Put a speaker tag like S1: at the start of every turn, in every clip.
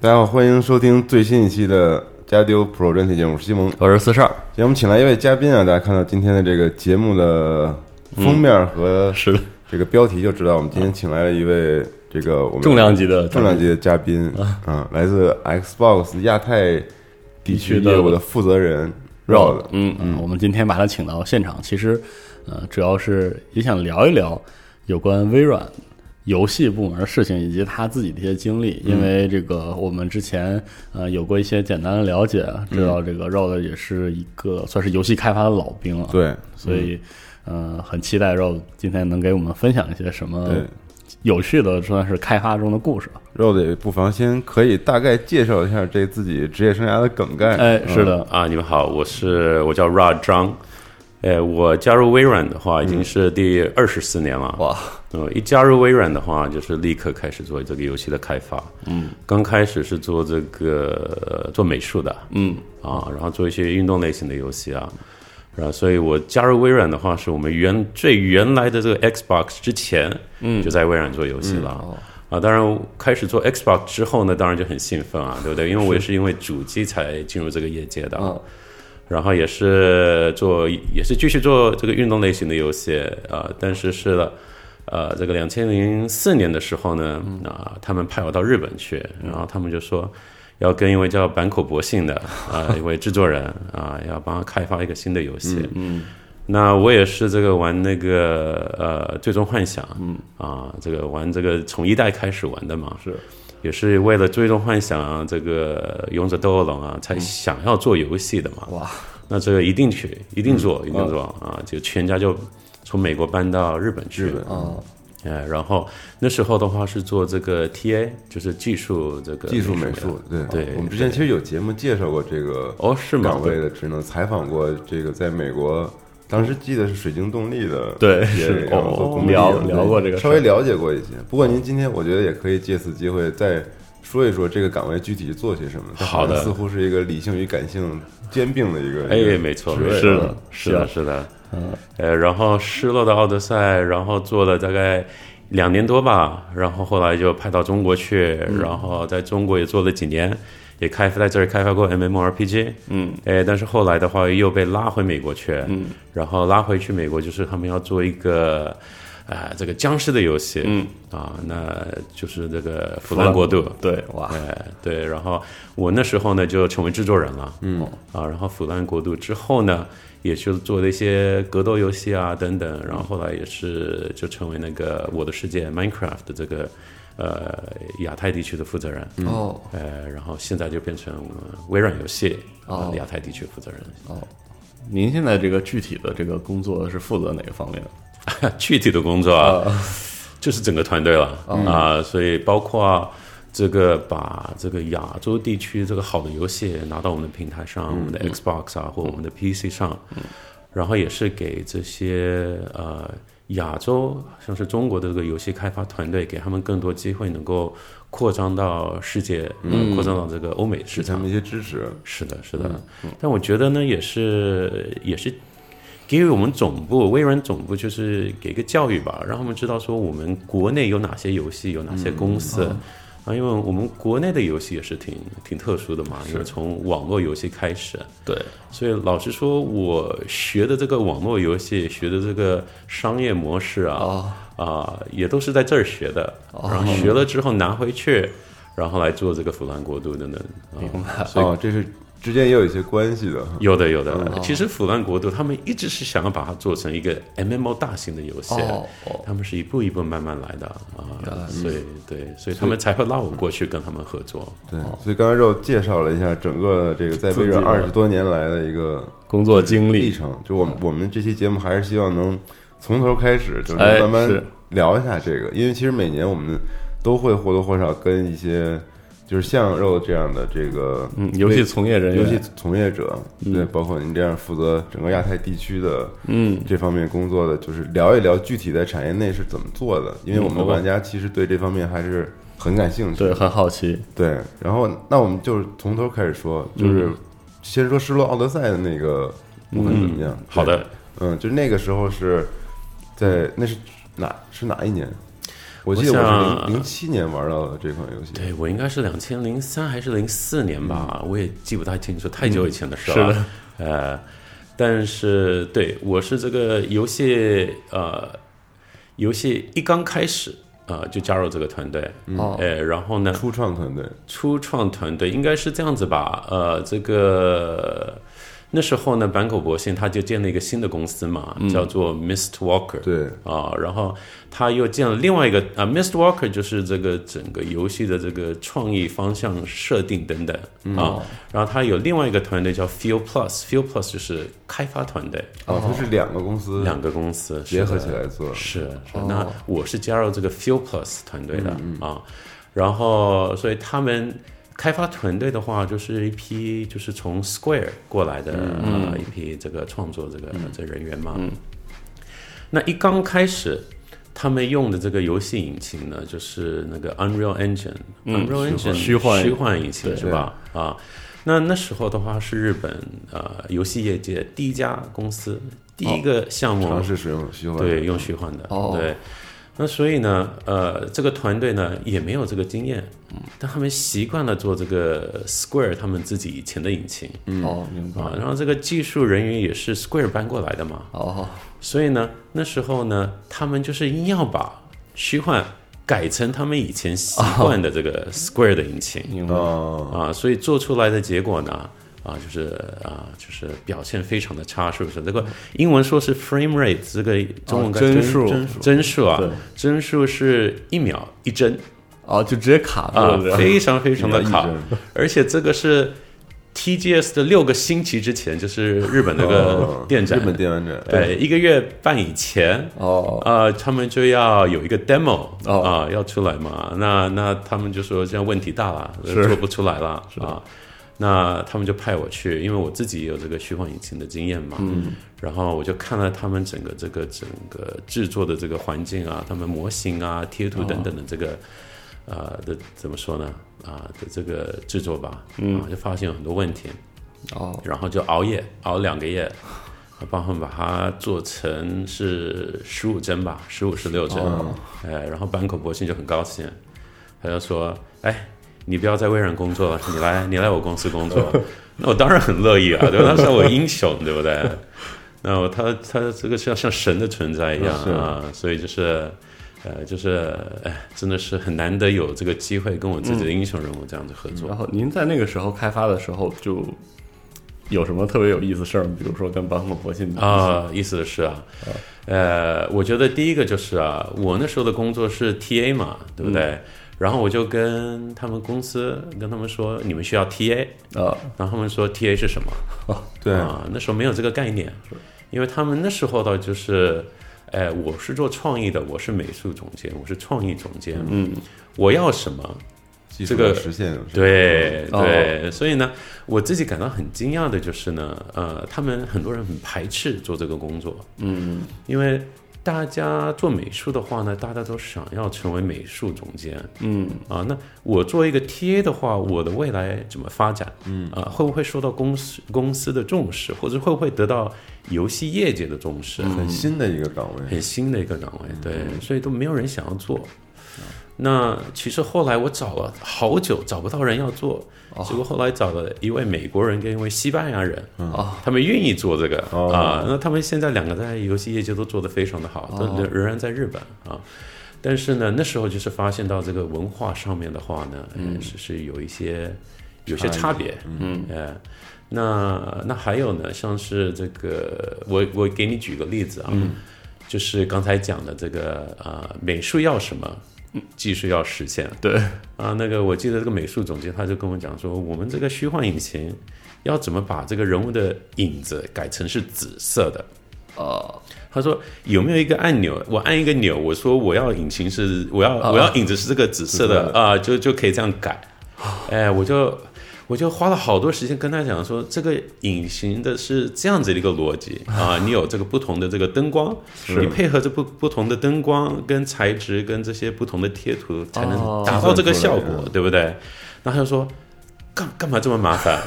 S1: 大家好，欢迎收听最新一期的《加丢 Pro 专题节目》，我是西蒙。
S2: 我是四十二，
S1: 节目请来一位嘉宾啊，大家看到今天的这个节目的封面和
S2: 是的，
S1: 这个标题就知道，我们今天请来了一位这个我们
S2: 重量级的
S1: 重量级的嘉宾啊，来自 Xbox 亚太地区业务的负责人 Rod。
S2: 嗯，
S3: 嗯，我们今天把他请到现场，其实，呃，主要是也想聊一聊有关微软游戏部门的事情，以及他自己的一些经历。
S2: 嗯
S3: 因为这个，我们之前呃有过一些简单的了解，啊知
S2: 嗯
S3: 道这个 Rod 也是一个算是游戏开发的老兵了，，
S1: 对，
S3: 所以
S2: 嗯
S3: 呃，很期待 Rod 今天能给我们分享一些什么
S1: 对
S3: 有趣的，算是开发中的故事。
S1: Rod 也不妨先可以大概介绍一下这自己职业生涯的梗概。
S3: 哎，是的，
S4: 啊，你们好，我是我叫 Rod 张，哎，我加入微软的话已
S3: 嗯
S4: 经是第二十四年了。
S2: 哇，
S4: 嗯，一加入微软的话，就是立刻开始做这个游戏的开发。嗯，刚开始是做这个做美术的，嗯啊，然后做一些运动类型的游戏啊。然后，所以我加入微软的话，是我们原最原来的这个 Xbox 之前，嗯，就在微软做游戏了。啊，当然开始做 Xbox 之后呢，当然就很兴奋啊，对不对？因为我也是因为主机才进入这个业界的，啊
S2: 嗯
S4: 然后也是做也是继续做这个运动类型的游戏啊、但是是了。呃，这个两千零四年的时候呢，啊、他们派我到日本去，然后他们就说要跟一位叫坂口博信的啊、一位制作人啊、要帮他开发一个新的游戏。嗯，那我也是这个玩那个呃《最终幻想》，嗯啊、这个玩这个从一代开始玩的嘛，
S2: 是，
S4: 也是为了《最终幻想》啊，这个《勇者斗恶龙》啊，才想要做游戏的嘛。
S2: 哇，
S4: 那这个一定去，一定做，一定做啊！就全家就从美国搬到日本去了。
S2: 嗯，
S4: 哎，然后那时候的话是做这个 TA，就是技术这个
S1: 技术美
S4: 的
S1: 术，对
S4: 对
S1: 我们之前其实有节目介绍过这个
S4: 哦是吗
S1: 岗位的职能，采访过这个在美国，当时记得是水晶动力的
S3: 对
S1: 一些
S3: 是
S1: 人然后做
S4: 哦
S1: 工地
S3: 聊
S1: 的对
S3: 聊过这个
S1: 稍微了解过一些。不过您今天我觉得也可以借此机会再说一说这个岗位具体做些什么。它
S4: 好的
S1: 像似乎是一个理性与感性兼并的一个。一
S4: 哎，
S1: 个
S4: 没错，
S1: 职位
S4: 是
S3: 的
S4: 是的，是的。呃，然后《失落的奥德赛》，然后做了大概两年多吧，然后后来就派到中国去，然后在中国也做了几年，也开发在这儿开发过 MMORPG。嗯，哎，但是后来的话又被拉回美国去。嗯，然后拉回去美国就是他们要做一个。啊、这个僵尸的游戏，嗯啊，那就是这个腐烂国度，
S2: 对，哇，
S3: 嗯
S4: 哎，对，然后我那时候呢就成为制作人了，嗯啊，然后腐烂国度之后呢，也去做了一些格斗游戏啊等等，然后后来也是就成为那个我的世界 Minecraft 的这个呃亚太地区的负责人，
S3: 嗯
S2: 哦
S4: 呃，然后现在就变成呃微软游戏啊、
S2: 哦
S4: 亚太地区负责人，
S2: 哦，您现在这个具体的这个工作是负责哪个方面？
S4: 具体的工作啊，就是整个团队了啊，所以包括这个把这个亚洲地区这个好的游戏拿到我们的平台上，我们的 Xbox 啊或我们的 PC 上，然后也是给这些呃亚洲像是中国的这个游戏开发团队，给他们更多机会能够扩张到世界，嗯，扩张到这个欧美市
S1: 给他
S4: 场
S1: 们。一些支持。
S4: 是的，是的。但我觉得呢，也是也是给予我们总部微软总部，就是给个教育吧，让他们知道说我们国内有哪些游戏，有哪些公司。啊，因为我们国内的游戏也是挺挺特殊的嘛，因为从网络游戏开始，
S2: 对，
S3: 啊
S4: 所以老实说，我学的这个网络游戏，学的这个商业模式啊，啊、也都是在这儿学的。然后学了之后拿回去，然后来做这个腐烂国度等等。啊
S2: 明白，
S1: 哦，这是之间也有一些关系的。
S4: 有的，有的。其实《腐烂国度》他们一直是想要把它做成一个 MMO 大型的游戏，啊
S2: 哦哦
S4: 他们是一步一步慢慢来的啊，所以对，所以他们才会拉我过去跟他们合作。
S1: 对，所以刚才肉介绍了一下整个这个在微
S2: 自
S1: 软
S2: 己
S1: 二
S2: 的
S1: 十多年来的一个
S2: 工作经
S1: 历
S2: 历，
S1: 程。就我们我们这期节目还是希望能从头开始，就是
S2: 哎
S1: 慢慢
S2: 是
S1: 聊一下这个，因为其实每年我们都会或多或少跟一些就是像肉这样的这个
S2: 嗯，游戏从业嗯人
S1: 游
S2: 员，
S1: 戏从业者，对，包括您这样负责整个亚太地区的，嗯，这方面工作的，就是聊一聊具体在产业内是怎么做
S2: 嗯
S1: 的，因为我们的
S2: 好吧
S1: 玩家其实对这方面还是很感兴趣的
S2: 对，。很好奇，
S1: 对，然后那我们就是从头开始说，就是
S2: 嗯
S1: 先说《失落奥德赛》的那个部分怎么样？对
S4: 好的，
S1: 嗯，就是那个时候是在那是哪是哪一年？我记得我
S4: 我
S1: 是
S4: 想
S1: 零零七年玩到的这款游戏，
S4: 对我应该是两千零三还是零四年吧，我也记不太清楚，太久以前的事了。呃，但是对我是这个游戏呃，游戏一刚开始呃就加入这个团队，
S3: 哦
S4: 呃，然后呢，
S1: 初创团队，
S4: 初创团队应该是这样子吧？呃，这个那时候呢，坂口博信他就建了一个新的公司嘛，
S1: 嗯
S4: 叫做 Mist Walker。
S1: 对，
S4: 啊、然后他又建了另外一个啊，Mist Walker 就是这个整个游戏的这个创意方向设定等等
S3: 嗯
S4: 啊、然后他有另外一个团队叫 Feel Plus，Feel Plus 就是开发团队，
S1: 哦，它是两个公司
S4: 两个公司是
S1: 结合
S4: 的
S1: 起来做，
S4: 是是，
S3: 哦
S4: 那我是加入这个 Fuel Plus 团队的
S3: 嗯
S4: 啊，然后所以他们开发团队的话，就是一批就是从 Square 过来的
S3: 嗯
S4: 呃一批这个创作这个这人员嘛。那一刚开始。他们用的这个游戏引擎呢，就是那个 Unreal Engine，Unreal Engine
S3: 嗯虚幻
S4: 虚幻引擎是吧？啊，那那时候的话是日本呃游戏业界第一家公司，第一个项目
S1: 尝试使用虚幻，
S4: 对，用虚幻的。
S3: 哦
S4: 对。那所以呢，呃，这个团队呢也没有这个经验，但他们习惯了做这个 Square 他们自己以前的引擎
S3: 哦，明白，
S4: 啊，然后这个技术人员也是 Square 搬过来的嘛，
S3: 哦，
S4: 所以呢，那时候呢，他们就是硬要把虚幻改成他们以前习惯的这个 Square 的引擎，
S3: 明白，
S1: 哦，
S4: 啊，所以做出来的结果呢，啊，就是啊，就是表现非常的差，是不是？这个英文说是 frame rate，这个
S1: 哦
S4: 中文
S3: 啊
S4: 该
S3: 帧数
S4: 帧帧数啊
S3: 对，
S4: 帧数是一秒一帧
S3: 哦，就直接卡住
S4: 啊
S3: 了，这，样
S4: 非常非常的卡
S1: 一帧，
S4: 而且这个是 TGS 的六个星期之前，就是日本那个
S1: 哦
S4: 电展，
S1: 日本电玩展，
S4: 对，一个月半以前，
S3: 哦，
S4: 呃，他们就要有一个 demo
S3: 哦
S4: 啊、要出来嘛。那那他们就说这样问题大了，
S3: 是
S4: 做不出来了啊。那他们就派我去，因为我自己也有这个虚幻引擎的经验嘛。嗯。然后我就看了他们整个这个整个制作的这个环境啊，他们模型啊、贴
S3: 哦
S4: 图等等的这个、呃的怎么说呢啊、的这个制作吧，嗯、啊，就发现有很多问题。
S3: 哦，
S4: 然后就熬夜熬两个月，帮他们把它做成是十五帧吧，十五十六帧，哎，然后坂口博信就很高兴，他就说，哎。你不要在微软工作了，你来，你来我公司工作，那我当然很乐意啊，对吧？他是我英雄，对不对？ 那我他他这个像像神的存在一样啊，所以就是，呃，就是，哎，真的是很难得有这个机会跟我自己的英雄人物这样子合作。
S3: 然后您在那个时候开发的时候就有什么特别有意思事儿吗？比如说跟坂口博信，
S4: 啊、意思是啊，呃，我觉得第一个就是啊，我那时候的工作是 TA 嘛，对不对？然后我就跟他们公司跟他们说，你们需要 TA，
S3: 啊，
S4: 然后他们说 TA 是什么？
S1: 对，
S4: 啊，那时候没有这个概念，因为他们那时候的就是，哎，我是做创意的，我是美术总监，我是创意总监，嗯，我要什么？
S1: 技术
S4: 这个
S1: 的实现有什么
S4: 对
S3: 哦
S4: 对，所以呢，我自己感到很惊讶的就是呢，呃，他们很多人很排斥做这个工作，嗯，因为大家做美术的话呢，大家都想要成为美术总监，嗯啊，那我做一个 TA 的话，我的未来怎么发展？嗯啊，会不会受到公司公司的重视，或者会不会得到游戏业界的重视？
S1: 很新的一个岗位，
S4: 很新的一个岗位，对，所以都没有人想要做。嗯那其实后来我找了好久，找不到人要做，结果后来找了一位美国人跟一位西班牙人，啊，他们愿意做这个
S1: 哦
S4: 啊。那他们现在两个在游戏业界都做得非常的好，都仍仍然在日本啊。但是呢，那时候就是发现到这个文化上面的话呢，嗯，是是有一些有些差别，嗯，呃，那那还有呢，像是这个，我我给你举个例子啊，就是刚才讲的这个呃，美术要什么，技术要实现
S3: 对，
S4: 啊。那个我记得这个美术总监他就跟我讲说，我们这个虚幻引擎要怎么把这个人物的影子改成是紫色的。
S3: 哦，
S4: 他说有没有一个按钮？我按一个钮，我说我要引擎是，我
S1: 啊
S4: 要、我要影子是这个紫色的啊、就就可以这样改。
S1: 啊
S4: 哎，我就我就花了好多时间跟他讲说，这个隐形的是这样子的一个逻辑啊，你有这个不同的这个灯光，你配合这不不同的灯光跟材质跟这些不同的贴图，才
S3: 哦
S4: 能达到这个效
S1: 计算出
S4: 果，对不对？那他 就说。干干嘛这么麻烦？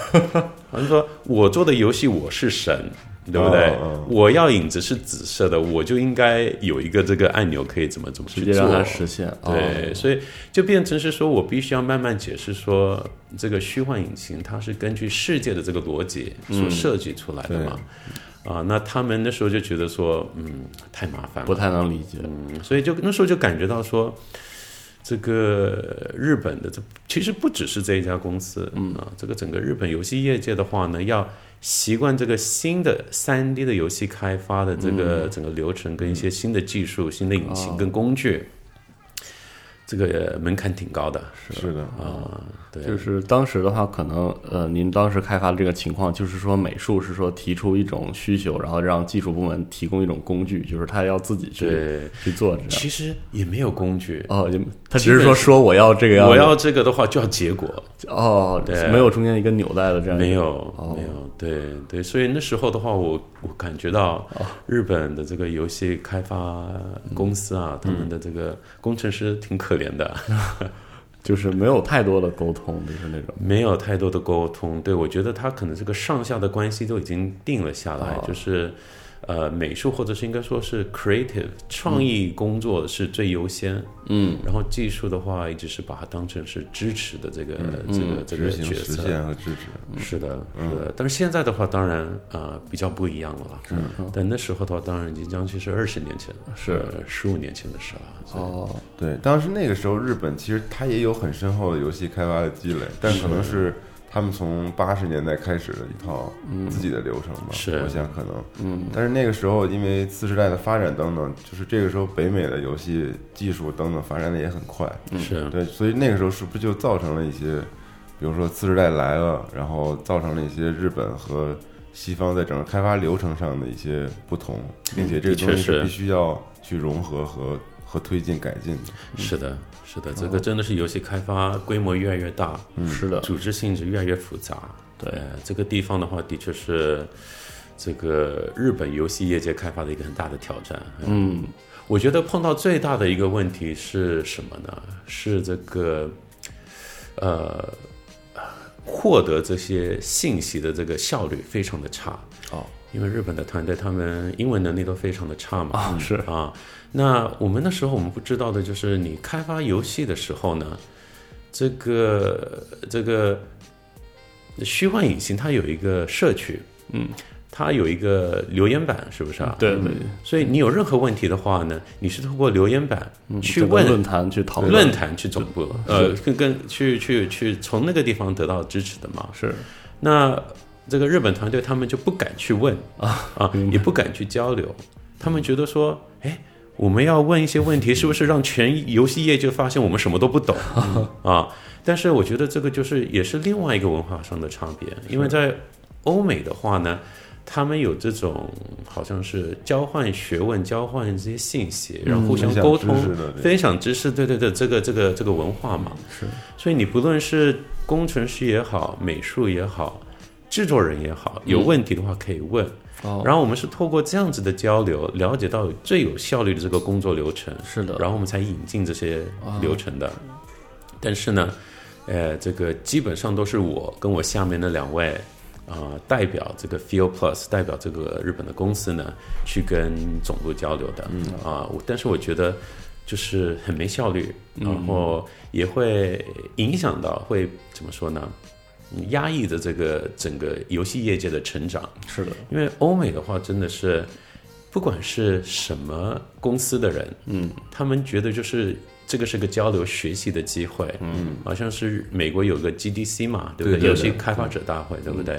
S4: 他就说：“我做的游戏我是神，对不对？
S1: 哦哦
S4: 我要影子是紫色的，我就应该有一个这个按钮可以怎么怎么
S3: 直
S4: 去
S3: 接
S4: 做，
S3: 让它实现。哦
S4: 对，所以就变成是说我必须要慢慢解释说，这个虚幻引擎它是根据世界的这个逻辑所设计出来的嘛。
S3: 嗯
S4: 啊，那他们那时候就觉得说，嗯，太麻烦
S3: 不
S4: 了，
S3: 太能理解。
S4: 嗯所以就那时候就感觉到说，这个日本的这其实不只是这一家公司，嗯啊，这个整个日本游戏业界的话呢，要习惯这个新的三 D 的游戏开发的这
S3: 嗯
S4: 个整个流程跟一些新的技术、新的引擎跟工具，这个门槛挺高的，
S1: 是的，
S4: 啊，对，
S3: 就是当时的话，可能呃，您当时开发的这个情况，就是说美术是说提出一种需求，然后让技术部门提供一种工具，就是他要自己去
S4: 对，
S3: 去做这样。
S4: 其实也没有工具。
S3: 哦，就他只是说说我要这个样子，
S4: 我要这个的话，就要结果，
S3: 哦，
S4: 对
S3: 没有中间一个纽带的这样一个
S4: 没有，
S1: 哦
S4: 没有，对对，所以那时候的话，我我感觉到
S1: 哦
S4: 日本的这个游戏开发公司
S1: 嗯
S4: 啊，他们的这个工程师挺可怜的，
S3: 就是没有太多的沟通，就是那种
S4: 没有太多的沟通。对我觉得他可能这个上下的关系都已经定了下
S1: 哦
S4: 来，就是呃，美术或者是应该说是 creative 创意工作是最优先，嗯，然后技术的话一直是把它当成是支持的这个这个这个
S1: 嗯执行、
S4: 角
S1: 实
S4: 色，
S1: 现和支持，
S4: 是的，是的。嗯但是现在的话，当然呃比较不一样了啦。嗯，但那时候的话，当然已经将近是二十年前了，是十五年前的事了。啊所以
S3: 哦，
S1: 对，当时那个时候，日本其实它也有很深厚的游戏开发的积累，但可能是他们从八十年代开始的一套
S3: 嗯
S1: 自己的流程吧。
S4: 是
S1: 我想可能，嗯。但是那个时候，因为次时代的发展等等，就是这个时候北美的游戏技术等等发展的也很快，
S4: 是
S1: 对，所以那个时候是不是就造成了一些，比如说次时代来了，然后造成了一些日本和西方在整个开发流程上的一些不同，并且这个
S4: 的确
S1: 东西是
S4: 是
S1: 必须要去融合和和推进改进的。
S4: 是的，是的，这个真的是游戏开发规模越来越大，
S3: 是的，
S4: 组织性质越来越复杂。
S3: 对
S4: 呃，这个地方的话，的确是这个日本游戏业界开发的一个很大的挑战。嗯，我觉得碰到最大的一个问题是什么呢？是这个呃，获得这些信息的这个效率非常的差。
S3: 哦，
S4: 因为日本的团队他们英文能力都非常的差嘛。
S3: 啊是
S4: 啊，那我们那时候我们不知道的就是，你开发游戏的时候呢，这个这个虚幻引擎它有一个社区，
S3: 嗯，
S4: 它有一个留言板，是不是啊？。
S3: 对对，
S4: 所以你有任何问题的话呢，你是通过留言板
S3: 嗯
S4: 去
S3: 整个
S4: 问
S3: 论坛去讨论
S4: 论坛去总部，呃，跟跟去去去从那个地方得到支持的嘛。
S3: 是
S4: 那这个日本团队他们就不敢去问啊啊，也不敢去交流，他们觉得说，哎，我们要问一些问题，是不是让全游戏业就发现我们什么都不懂啊？但是我觉得这个就是也是另外一个文化上的差别，因为在欧美的话呢。他们有这种好像是交换学问、交换这些信息，然后互相
S1: 分享
S4: 沟
S1: 嗯知
S4: 通，
S1: 识的这
S4: 分享知识，对对对，这个这个这个文化嘛，是。所以你不论是工程师也好，美术也好，制作人也好，有问题的话可以问。
S3: 哦
S4: 然后我们是透过这样子的交流，了解到最有效率的这个工作流程，
S3: 是的，
S4: 然后我们才引进这些流程的。但是呢，呃，这个基本上都是我跟我下面的两位，啊、代表这个 Feel Plus，代表这个日本的公司呢，去跟总部交流的。嗯啊、我但是我觉得就是很没效率，然后也会影响到，会怎么说呢？压抑着这个整个游戏业界的成长。
S3: 是的，
S4: 因为欧美的话，真的是不管是什么公司的人，嗯，他们觉得就是这个是个交流学习的机会，嗯，好像是美国有个 GDC 嘛，对不嗯
S1: 对对
S4: 游戏开发者大会，对不对？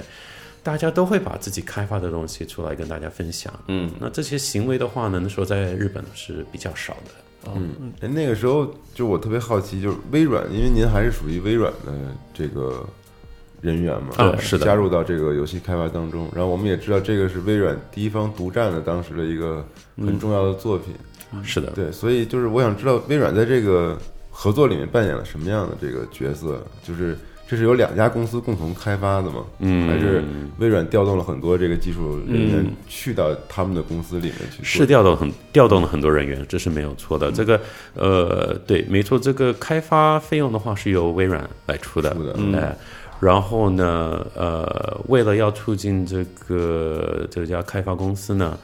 S4: 大家都会把自己开发的东西出来跟大家分享，嗯，那这些行为的话呢，那时候在日本是比较少的，
S3: 哦嗯
S1: 哎，那个时候就我特别好奇，就是微软，因为您还是属于微软的这个人员嘛，
S4: 啊是的
S1: 加入到这个游戏开发当中。然后我们也知道，这个是微软第一方独占的当时的一个
S4: 嗯
S1: 很重要的作品。
S4: 是的，
S1: 对，所以就是我想知道微软在这个合作里面扮演了什么样的这个角色？就是这是由两家公司共同开发的吗？嗯，还是微软调动了很多这个技术人员去到他们的公司里面去做？
S4: 嗯是嗯调动很调动了很多人员，这是没有错的。这个呃，对，没错，这个开发费用的话是由微软来出的，
S1: 出的
S4: 哎、然后呢，呃，为了要促进这个这家开发公司呢，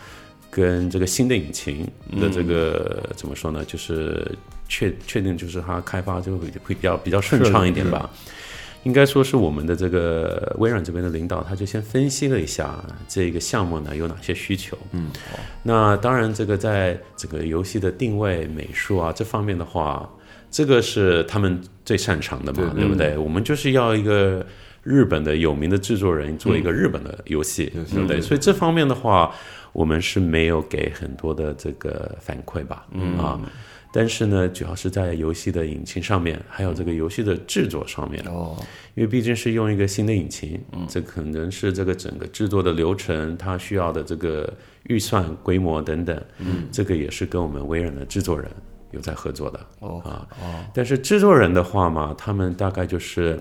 S4: 跟这个新的引擎的这个、怎么说呢，就是确确定就是它开发就会会比较比较顺畅一点吧。应该说是我们的这个微软这边的领导，他就先分析了一下这个项目呢有哪些需求。嗯，那当然这个在整个游戏的定位、美术啊这方面的话，这个是他们最擅长的嘛，对嗯不对？我们就是要一个日本的有名的制作人做一个日本的游戏，对不对？所以这方面的话，我们是没有给很多的这个反馈吧，嗯啊。但是呢，主要是在游戏的引擎上面，还有这个游戏的制作上面，
S3: 哦，
S4: 因为毕竟是用一个新的引擎，这可能是这个整个制作的流程，它需要的这个预算、规模等等，嗯，这个也是跟我们微软的制作人有在合作的，
S3: 哦
S4: 啊，但是制作人的话嘛，他们大概就是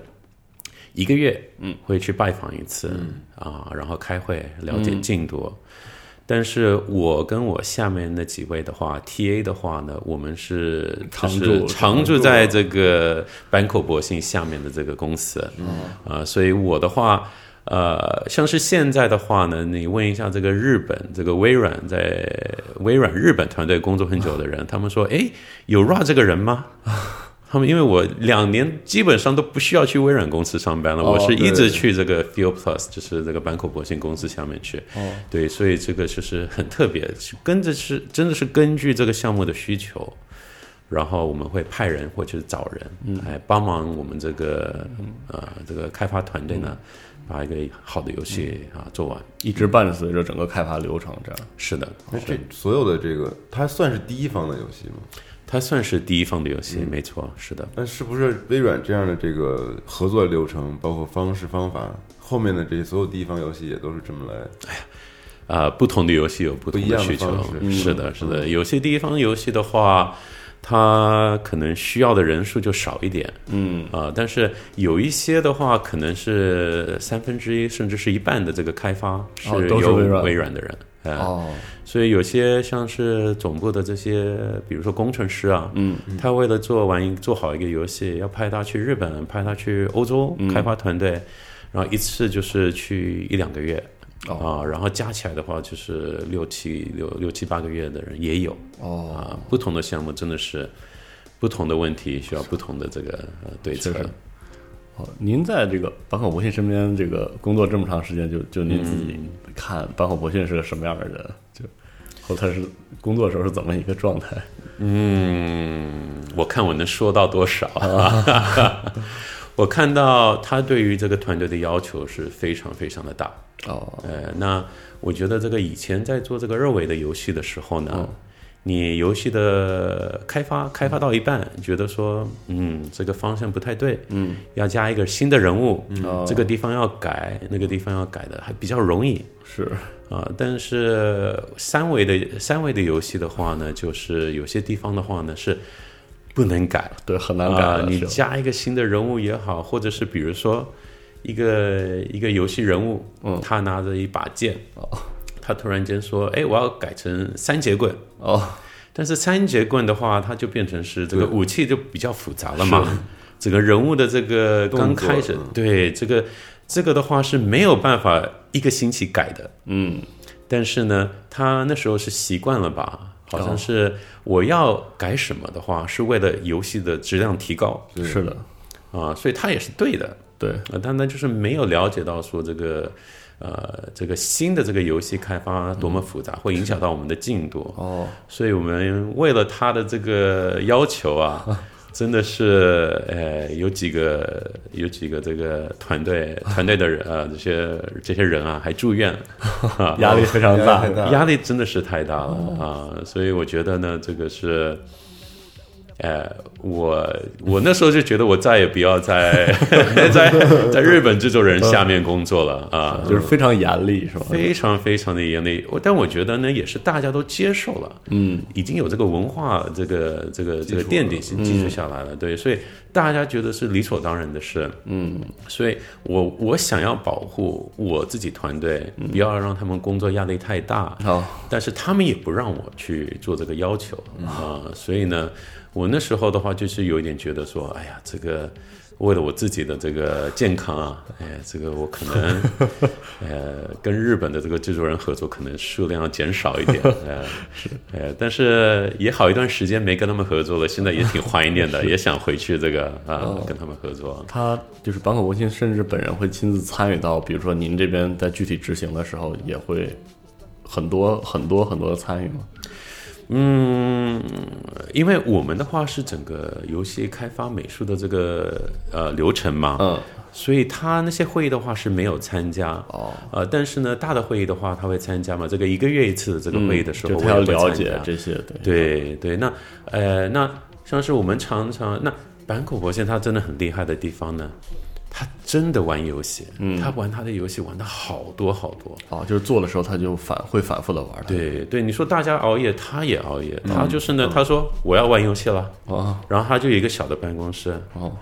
S4: 一个月，嗯，会去拜访一次，
S3: 嗯
S4: 啊，然后开会了解进度。但是我跟我下面那几位的话，TA 的话呢，我们是
S3: 常
S4: 就是
S3: 驻
S4: 常住在这个坂口博信下面的这个公司，嗯啊、所以我的话，呃，像是现在的话呢，你问一下这个日本这个微软在微软日本团队工作很久的人，他们说，诶，有 Ra 这个人吗？ 他们因为我两年基本上都不需要去微软公司上班了，
S3: 哦
S4: 我是一
S1: 对
S4: 直去这个 Field Plus，就是这个坂口博信公司下面去。
S3: 哦，
S4: 对，所以这个就是很特别，是跟着是真的是根据这个项目的需求，然后我们会派人或者是找
S1: 嗯
S4: 人来帮忙我们这个、呃这个开发团队呢，
S1: 嗯
S4: 把一个好的游戏啊做完。
S3: 一直伴随着整个开发流程这样。
S4: 是的，
S1: 那这所有的这个，它算是第一方的游戏吗？
S4: 它算是第一方的游戏，
S1: 嗯
S4: 没错，是的。
S1: 那是不是微软这样的这个合作流程，包括方式方法，后面的这些所有第一方游戏也都是这么来？
S4: 啊，不同的游戏有不同
S1: 不一样的
S4: 需求
S1: 方式，嗯
S4: 是的，是的。有些地方游戏的话，它可能需要的人数就少一点，嗯啊、但是有一些的话，可能是三分之一甚至是一半的这个开发是
S3: 哦都是
S4: 由
S3: 微软
S4: 微软的人，呃
S3: 哦，
S4: 所以有些像是总部的这些，比如说工程师啊，嗯，他为了做完一做好一个游戏，要派他去日本，派他去欧洲
S3: 嗯
S4: 开发团队，然后一次就是去一两个月。
S3: 哦
S4: 啊，然后加起来的话，就是六七六六七八个月的人也有
S3: 哦，
S4: 啊。不同的项目真的是不同的问题，需要不同的这个呃对策
S3: 是。的哦，您在这个坂口博信身边这个工作这么长时间，就就您自己看坂口博信是个什么样的人，就和他是工作时候是怎么一个状态？
S4: 嗯，我看我能说到多少。
S3: 啊
S4: 我看到他对于这个团队的要求是非常非常的大。
S3: 哦，
S4: 呃，那我觉得这个以前在做这个二维的游戏的时候
S3: 嗯
S4: 呢，你游戏的开发开发到一半，觉得说，嗯，这个方向不太对，嗯，要加一个新的人物，
S3: 哦
S4: 这个地方要改，那个地方要改的，还比较容易
S3: 是
S4: 啊、但是三维的三维的游戏的话呢，就是有些地方的话呢是不能改，
S3: 对，很难改
S4: 啊，
S3: 的
S4: 你
S3: 是吧
S4: 加一个新的人物也好，或者是比如说一个一个游戏人物，
S3: 嗯
S4: 他拿着一把剑，
S3: 哦
S4: 他突然间说：“哎，我要改成三节棍。
S3: 哦，”
S4: 但是三节棍的话，它就变成是这个武器就比较复杂了嘛。整个人物的这个
S1: 动作
S4: 刚开始，
S3: 嗯
S4: 对这个这个的话是没有办法一个星期改的。嗯，但是呢，他那时候是习惯了吧？好
S3: 哦
S4: 像是我要改什么的话，是为了游戏的质量提高
S1: 对
S3: 是的，
S4: 啊、所以他也是对的。
S3: 嗯对，
S4: 呃，但他就是没有了解到说这个，呃，这个新的这个游戏开发多么复杂，会影响到我们的进度。
S3: 哦，
S4: 所以我们为了他的这个要求啊，真的是呃，有几个有几个这个团队团队的人啊，这些这些人啊，还住院了，
S3: 哦压力非常
S1: 压
S3: 大
S1: 力太，大
S4: 压力真的是太大了啊！所以我觉得呢，这个是。呃，我我那时候就觉得我再也不要 在在在日本制作人下面工作了啊，
S3: 就是非常严厉，是吧？
S4: 非常非常的严厉。我但我觉得呢，也是大家都接受了，嗯，已经有这个文化，这个这个这个奠定性基础下来了，对，所以大家觉得是理所当然的事，嗯，所以我我想要保护我自己团队，不要让他们工作压力太大，
S3: 好，
S4: 但是他们也不让我去做这个要求啊、所以呢，我那时候的话，就是有一点觉得说，哎呀，这个为了我自己的这个健康啊，哎呀，这个我可能，呃，跟日本的这个制作人合作，可能数量要减少一点，呃，呃，但是也好一段时间没跟他们合作了，现在也挺怀念的，也想回去这个啊、跟他们合作。
S3: 他就是坂口博信，甚至本人会亲自参与到，比如说您这边在具体执行的时候，也会很多很多很多的参与吗？
S4: 嗯，因为我们的话是整个游戏开发美术的这个呃流程嘛，
S3: 嗯，
S4: 所以他那些会议的话是没有参加
S3: 哦，
S4: 呃，但是呢，大的会议的话他会参加嘛，这个一个月一次的这个会议的时候，
S3: 嗯就
S4: 我
S3: 他要
S4: 也会
S3: 了
S4: 参
S3: 解
S4: 加
S3: 这些，对，
S4: 对对，那呃，那像是我们常常那坂口博现他真的很厉害的地方呢，他真的玩游戏，嗯，他玩他的游戏玩的好多好多。
S3: 哦，就是做的时候他就反会反复的玩它，
S4: 对对，你说大家熬夜，他也熬夜，
S3: 嗯
S4: 他就是呢，他说我要玩游戏了，
S3: 啊，
S4: 然后他就有一个小的办公室，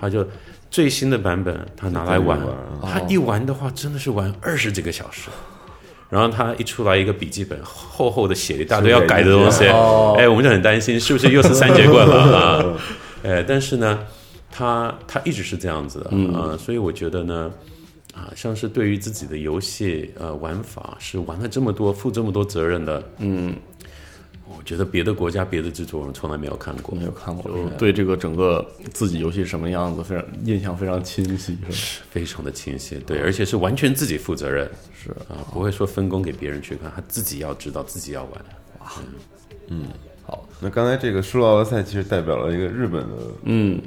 S4: 他就最新的版本他拿来玩
S1: 在那里，
S4: 他一玩的话真的是玩二十几个小时。然后他一出来一个笔记本，厚厚的写了一大堆要改的东西，哎，我们就很担心是不是又是三节棍了啊？哎，但是呢，他他一直是这样子的啊、呃所以我觉得呢，啊，像是对于自己的游戏呃玩法是玩了这么多，负这么多责任的，嗯，我觉得别的国家别的制作人从来没有看过，
S3: 没有看过，就是对这个整个自己游戏什么样子非常印象非常清晰，是吧？
S4: 非常的清晰，对，而且是完全自己负责任，是啊，不会说分工给别人去看，他自己要知道，自己要玩。
S1: 那刚才这个《输入奥德赛》其实代表了一个日本的嗯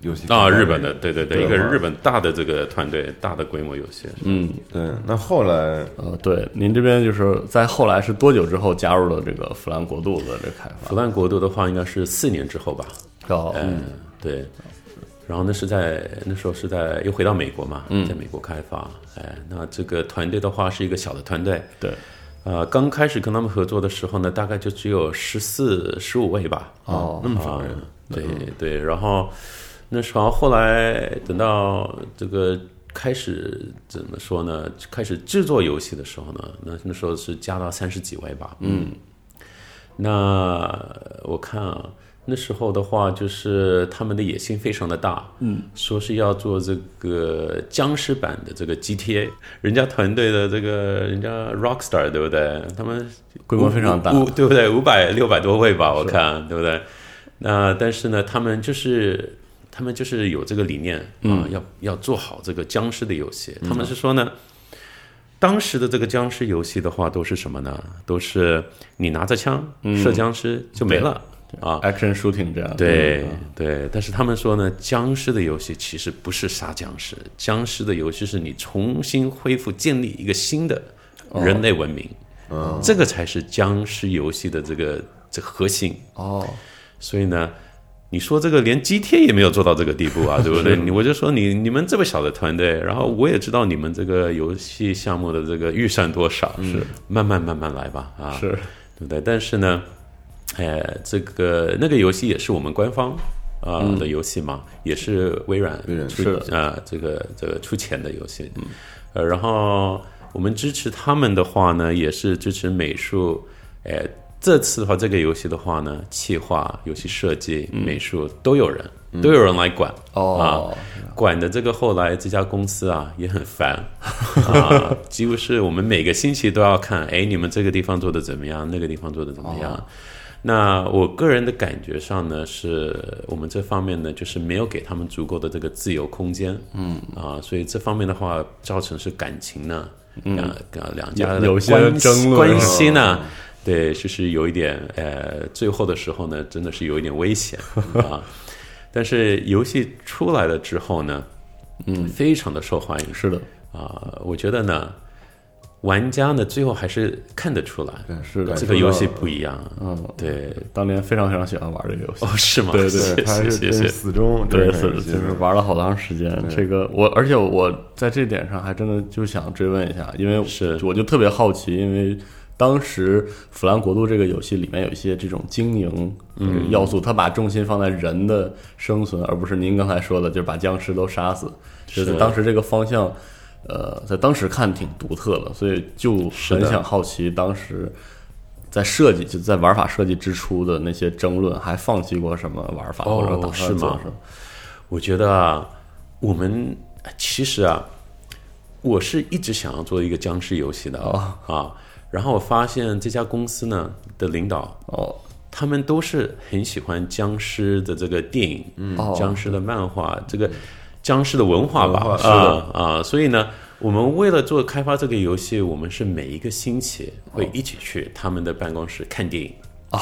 S1: 游戏
S4: 啊，日本的，对对对，
S1: 对
S4: 一个
S1: 玩
S4: 日本大的这个团队，大的规模游戏，嗯，
S1: 对。那后来
S3: 呃，对，您这边就是在后来是多久之后加入了这个弗兰国度的这个开
S4: 腐
S3: 发？
S4: 烂国度的话，应该是四年之后吧，
S3: 哦，
S4: 嗯，对。然后那是在那时候是在又回到美国嘛，在美国开发，哎，那这个团队的话是一个小的团队，
S3: 对，
S4: 呃，刚开始跟他们合作的时候呢，大概就只有十四、十五位吧，
S3: 哦，
S4: 那么少人。啊对对，然后那时候后来等到这个开始怎么说呢？开始制作游戏的时候呢，那那时候是加到三十几位吧。嗯，那我看啊，那时候的话就是他们的野心非常的大，嗯，说是要做这个僵尸版的这个 GTA，人家团队的这个人家 Rockstar 对不对？他们
S3: 规模非常大
S4: 五五对不对？五百六百多位吧，我看对不对？那但是呢，他们就是他们就是有这个理念啊、
S3: 嗯
S4: 要要做好这个僵尸的游戏。他们是说呢，当时的这个僵尸游戏的话，都是什么呢？都是你拿着枪
S3: 嗯
S4: 射僵尸就没了、啊。
S3: ，action shooting 这样，嗯
S4: 对对，但是他们说呢，僵尸的游戏其实不是杀僵尸，僵尸的游戏是你重新恢复、建立一个新的人类文明，这个才是僵尸游戏的这个这个核心。
S3: 哦，
S4: 所以呢，你说这个连 GTA 也没有做到这个地步啊，对不对？你我就说你你们这么小的团队，然后我也知道你们这个游戏项目的这个预算多少，是慢慢慢慢来吧，啊，
S3: 是
S4: 对不对？但是呢，呃，这个那个游戏也是我们官方啊、呃的游戏嘛，也是微软
S1: 嗯微软
S4: 出
S3: 是
S4: 啊、这个这个出钱的游戏，呃，然后我们支持他们的话呢，也是支持美术，呃，这次的话这个游戏的话呢，企划、游戏设计、
S1: 嗯
S4: 美术都有人。都有人来管
S3: 哦
S4: 啊，管的这个后来这家公 司啊也很烦啊，几乎是我们每个星期都要看，哎，你们这个地方做的怎么样，那个地方做的怎么
S3: 哦
S4: 样。那我个人的感觉上呢，是我们这方面呢，就是没有给他们足够的这个自由空间，嗯啊，所以这方面的话，造成是感情呢，嗯，呃两家的
S3: 有有些
S4: 关系
S3: 争论啊
S4: 关系呢，对，就是有一点，呃，最后的时候呢，真的是有一点危险啊。但是游戏出来了之后呢，嗯，非常的受欢迎，
S3: 是的，
S4: 啊，我觉得呢，玩家呢最后还是看得出来，
S3: 是的
S1: 感
S4: 这
S1: 受
S4: 个
S1: 到
S4: 游戏
S1: 了
S4: 不一样。嗯，对，
S3: 当年非常非常喜欢玩这个游戏
S4: 哦，， 是吗？
S3: 对对
S4: 谢
S1: 对，他
S4: 谢
S1: 是
S4: 谢
S1: 真
S4: 谢
S1: 是。死忠，
S3: 对，
S1: 真
S3: 是
S1: 是
S3: 就是玩了好长时间。这个我，而且我在这点上还真的就想追问一下，因为
S4: 是
S3: 我就特别好奇，因为当时《腐烂国度》这个游戏里面有一些这种经营呃要素，它把重心放在人的生存，而不是您刚才说的，就是把僵尸都杀死。就是
S4: 是
S3: 当时这个方向，呃，在当时看挺独特的，所以就是很
S4: 的
S3: 想好奇当时在设计就在玩法设计之初的那些争论，还放弃过什么玩法或者打
S4: 哦，是
S3: 算做
S4: 吗
S3: 什么？？
S4: 我觉得啊，我们其实啊，我是一直想要做一个僵尸游戏的、
S1: 哦
S4: 啊，然后我发现这家公司呢的领导
S3: 哦，
S4: 他们都是很喜欢僵尸的这个电影，嗯
S3: 哦
S4: 僵尸的漫画，这个僵尸的文化吧，
S1: 文化是
S4: 啊啊，所以呢，我们为了做开发这个游戏，我们是每一个星期会一起去他们的办公室看电影，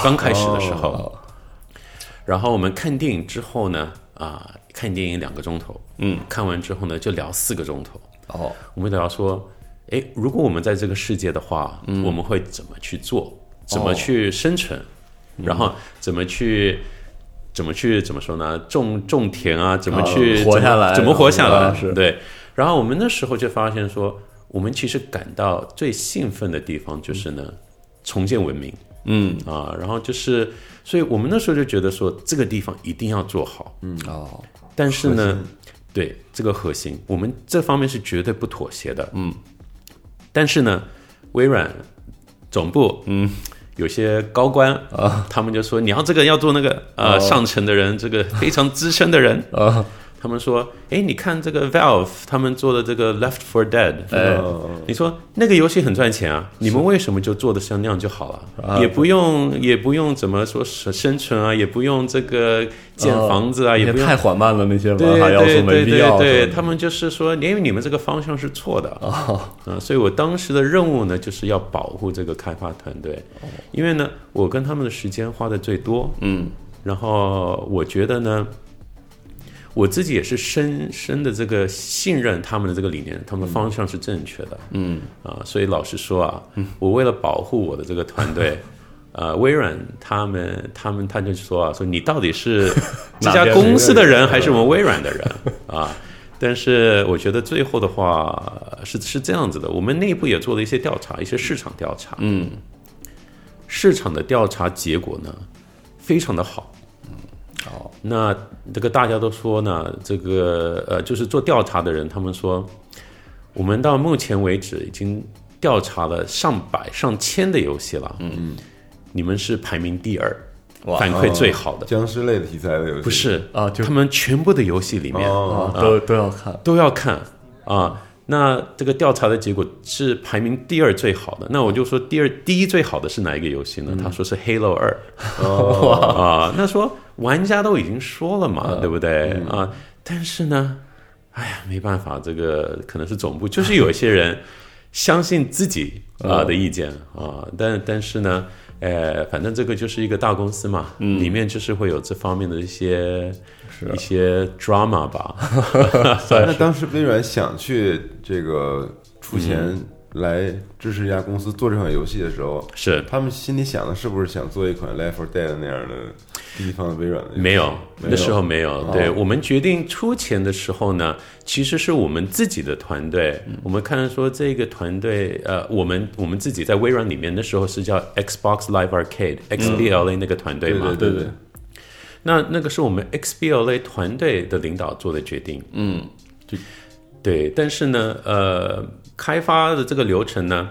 S4: 刚开始的时候，然后我们看电影之后呢，啊、看电影两个钟头，嗯，看完之后呢就聊四个钟头，
S3: 哦，
S4: 我们聊说，诶，如果我们在这个世界的话，
S3: 嗯
S4: 我们会怎么去
S3: 哦
S4: 做？怎么去生存？
S3: 嗯
S4: 然后怎么去？怎么去怎么说呢？种种田啊，怎么去、
S3: 啊活下来
S4: 怎么？怎么活下
S3: 啊
S4: 来？
S3: 是
S4: 对。然后我们那时候就发现说，我们其实感到最兴奋的地方就是
S3: 嗯
S4: 呢，重建文明。嗯啊，然后就是，所以我们那时候就觉得说，这个地方一定要做好。嗯
S3: 哦，
S4: 但是呢，对这个核心，我们这方面是绝对不妥协的。嗯，但是呢，微软总部，嗯，有些高官啊，他们就说你要这个要做那个，呃，上层的人，这个非常资深的 人
S3: 啊，
S4: 他们说，哎，你看这个 Valve 他们做的这个 Left for Dead，哎，
S3: 呃哦
S4: 你说那个游戏很赚钱啊，你们为什么就做的像那样就好了？也不用也不用怎么说生生存啊，也不用这个建房子啊，也
S3: 那
S4: 不
S3: 些
S4: 用
S3: 太缓慢了，那些
S4: 对
S3: 玩法要素没必要。是
S4: 对对对对，
S3: 吧
S4: 他们就是说，因为你们这个方向是错的啊、嗯所以我当时的任务呢，就是要保护这个开发团队，因为呢，我跟他们的时间花的最多，嗯，然后我觉得呢。我自己也是深深的这个信任他们的这个理念，他们的方向是正确的。嗯啊，所以老实说啊，我为了保护我的这个团 队，呃，微软他们他们他就说啊，说你到底 是这家公司的人还是我们微软的人 啊？但是我觉得最后的话是是这样子的，我们内部也做了一些调查，一些市场调查。嗯，市场的调查结果呢，非常的好。那这个大家都说呢，这个呃，就是做调查的人，他们说，我们到目前为止已经调查了上百、上千的游戏了，嗯嗯，哦你们是排名第二，反馈最好的，
S1: 僵尸类的题材的游戏
S4: 不是
S3: 啊就
S4: 他们全部的游戏里面
S1: 哦，
S3: 啊，都都要看。
S4: 都要看啊。那这个调查的结果是排名第二最好的，那我就说第二第一最好的是哪一个游戏呢？他说是《Halo 二》 啊，那说玩家都已经说了嘛，对不对啊？但是呢，哎呀，没办法，这个可能是总部，就是有一些人相信自己啊、的意见啊，但但是呢，呃，反正这个就是一个大公司嘛，里面就是会有这方面的一些一些 drama 吧，
S1: 那当时微软想去这个出
S3: 嗯
S1: 钱来支持一家公司做这款游戏的时候，
S4: 是
S1: 他们心里想的是不是想做一款《Left 4 Dead》那样的第一方微软的游戏？
S4: 没有，那时候没有。
S1: 哦
S4: 对我们决定出钱的时候呢，其实是我们自己的团队。
S1: 嗯
S4: 我们看说这个团队，呃，我们我们自己在微软里面，那时候是叫 Xbox Live Arcade XBLA 那个团队
S1: 对
S4: 嘛。
S1: 嗯对对对，
S4: 那那个是我们 XBLA 团队的领导做的决定。嗯，对，但是呢，呃，开发的这个流程呢，